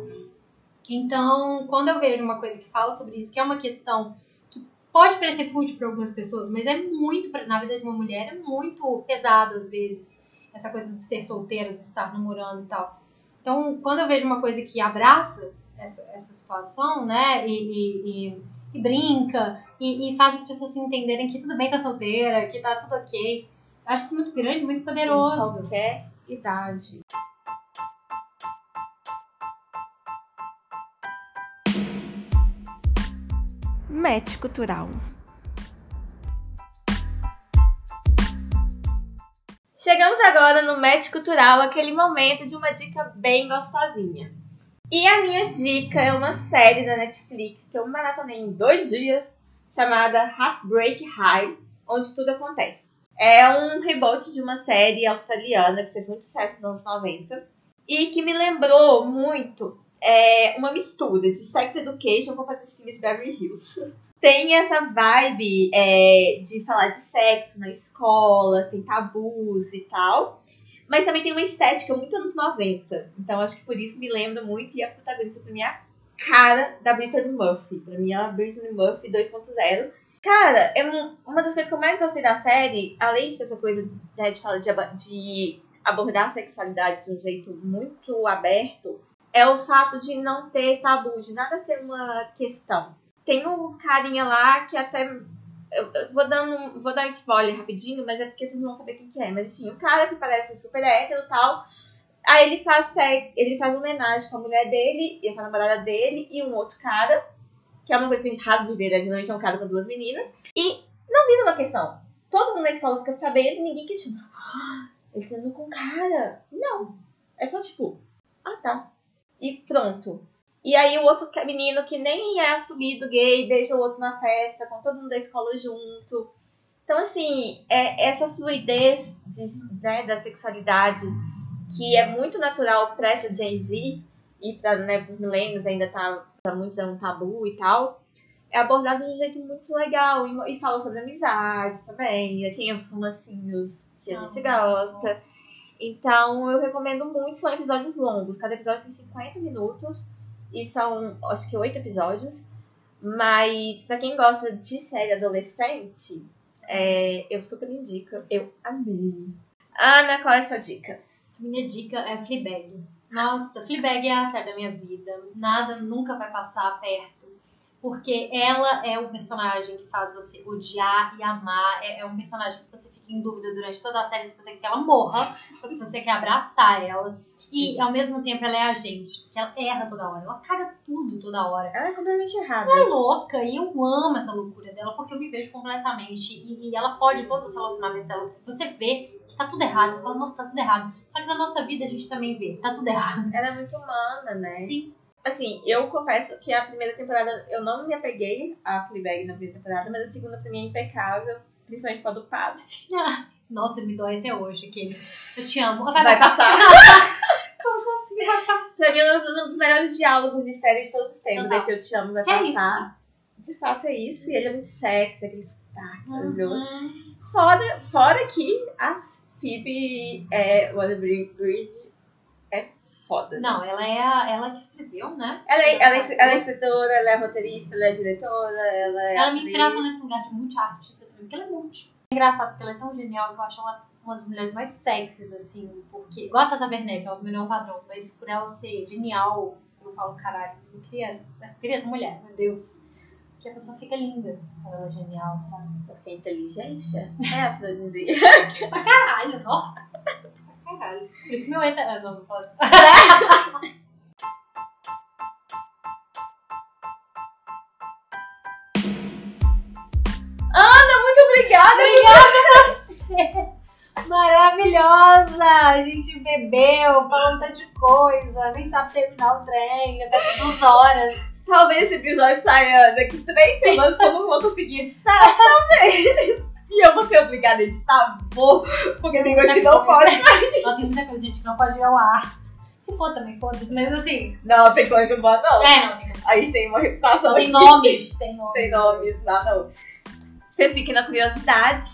Então, quando eu vejo uma coisa que fala sobre isso, que é uma questão que pode parecer fútil pra algumas pessoas, mas é muito, pra- na vida de uma mulher, é muito pesado às vezes. Essa coisa de ser solteira, de estar namorando e tal. Então, quando eu vejo uma coisa que abraça essa, essa situação, né, e- e- e- e brinca, e, e faz as pessoas se entenderem que tudo bem tá solteira, que tá tudo ok. Eu acho isso muito grande, muito
Em
poderoso.
Então, qualquer idade.
Match Cultural.
Chegamos agora no match cultural, aquele momento de uma dica bem gostosinha. E a minha dica é uma série da Netflix que eu maratonei em dois dias, chamada Heartbreak High, onde tudo acontece. É um rebote de uma série australiana que fez muito sucesso nos anos 90 e que me lembrou muito é, uma mistura de Sex Education com Patricinha de Beverly Hills. Tem essa vibe é, de falar de sexo na escola, sem tabus e tal. Mas também tem uma estética muito anos 90. Então acho que por isso me lembra muito. E a protagonista pra mim é a cara da Brittany Murphy. Pra mim ela é a Brittany Murphy 2.0. Cara, é um- uma das coisas que eu mais gostei da série, além de ter essa coisa né, de, falar de, aba- de abordar a sexualidade de um jeito muito aberto, é o fato de não ter tabu, de nada ser uma questão. Tem um carinha lá que até eu eu vou dar, um, vou dar um spoiler rapidinho, mas é porque vocês não vão saber quem que é. Mas enfim, o cara que parece super hétero e tal. Aí ele faz, sec- ele faz homenagem com a mulher dele e com a namorada dele e um outro cara. Que é uma coisa que é raro de ver, né? Geralmente é um cara com duas meninas. E não vira uma questão. Todo mundo na escola fica sabendo e ninguém questiona. "Ah, Ele transou com um cara. Não. É só tipo, ah tá. E pronto. E aí o outro ca- menino que nem é assumido gay beija o outro na festa, com todo mundo da escola junto. Então, assim, é essa fluidez de- né, da sexualidade que é muito natural pra essa Gen Z e para né, os milênios ainda tá, pra muitos é um tabu e tal, é abordado de um jeito muito legal e, mo- e fala sobre amizade também, e tem os romancinhos que a
Ah,
gente gosta. Então, eu recomendo muito, são episódios longos, cada episódio tem 50 minutos e são, acho que, oito episódios. Mas, pra quem gosta de série adolescente, é, eu super indico. Eu amei. Ana, qual é a sua dica?
A minha dica é Fleabag. Nossa, Fleabag é a série da minha vida. Nada nunca vai passar perto. Porque ela é o personagem que faz você odiar e amar. É, é um personagem que você fica em dúvida durante toda a série se você quer que ela morra ou se você quer abraçar ela. E ao mesmo tempo ela é a gente, porque ela erra toda hora, ela caga tudo toda hora.
Ela é completamente errada.
Ela é louca e eu amo essa loucura dela porque eu me vejo completamente. E, e ela fode todos os relacionamentos dela. Você vê que tá tudo errado, você fala, nossa, tá tudo errado. Só que na nossa vida a gente também vê, tá tudo errado.
Ela é muito humana, né?
Sim.
Assim, eu confesso que a primeira temporada eu não me apeguei a Fleabag na primeira temporada, mas a segunda pra mim é impecável, principalmente com a do padre.
Nossa, me dói até hoje aquele. Eu te amo.
Vai,
Vai, passar.
passar.
Como assim? Vai passar.
Pra mim, é um dos melhores diálogos de série de todos os tempos.
Total.
Esse Eu Te Amo Vai
Que é
Passar. De fato é isso, e ele é muito sexy, aquele sotaque maravilhoso.
Hum,
Fora, fora que a Phoebe é, Waterbridge é foda.
Não, ela é a, ela que escreveu, né?
Ela é, ela, é, ela é escritora, ela é roteirista, ela é diretora, ela é.
Ela me
atriz.
inspiração nesse lugar de muita artista também, porque ela é multi. É engraçado, porque ela é tão genial que eu acho ela uma das mulheres mais sexys, assim, porque. Igual a Tata Werneck, ela também não é um padrão, mas por ela ser genial, eu falo, caralho, eu queria essa, eu queria essa mulher, meu Deus. Porque a pessoa fica linda quando ela é genial, sabe?
Porque inteligência é pra dizer.
Pra caralho, não? Pra caralho. Por isso meu ex. Ah, não, não pode.
Muito obrigada,
Maravilhosa! A gente bebeu, falou um tanto de coisa, nem sabe terminar o trem, até por duas horas.
Talvez esse episódio saia daqui três semanas, como eu vou conseguir editar? Talvez. E eu vou ser obrigada a editar? Vou. Porque tem coisa que não pode.
Só tem muita coisa, gente, que não pode ir ao ar. Se for também, foda-se, mas assim.
Não, tem coisa que não pode, não.
É, não, tem-
A gente tem uma reputação
só tem
aqui.
nomes, tem nomes.
Tem nomes lá, não. Vocês fiquem na curiosidade.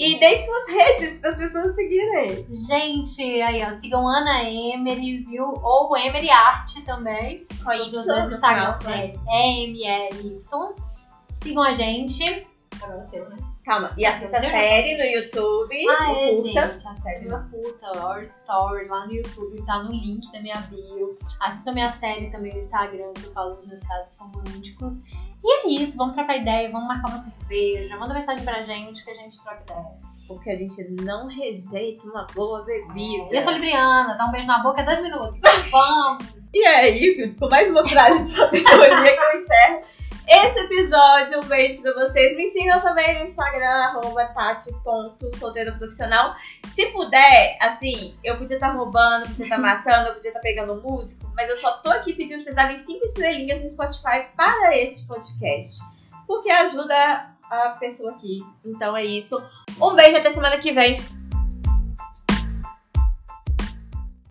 E deixem suas redes para as pessoas seguirem.
Gente, aí ó, sigam Ana Emery, viu? Ou Emery Arte também.
Com
Todos os
Y
dois
no
é Instagram.
final, né?
É EMLY. Sigam a gente. Agora o seu, né?
Calma. E assista a
Seu
série no YouTube.
Ah, é,
Oculta.
gente. A série do Oculta, Our Story, lá no YouTube. Tá no link da minha bio. Assistam minha série também no Instagram, que eu falo dos meus casos românticos. E é isso. Vamos trocar ideia, vamos marcar uma cerveja. Manda mensagem pra gente que a gente troca ideia.
Porque a gente não rejeita uma boa bebida.
E eu sou Libriana. Dá um beijo na boca, é dois minutos. Vamos!
E aí, com mais uma frase de sabedoria que eu encerro este episódio. Um beijo pra vocês. Me sigam também no Instagram, arroba tati.solteiraprofissional. Se puder, assim, eu podia estar roubando, podia estar matando, eu podia estar pegando músico, mas eu só tô aqui pedindo pra vocês darem cinco estrelinhas no Spotify para este podcast. Porque ajuda a pessoa aqui. Então é isso. Um beijo até semana que vem.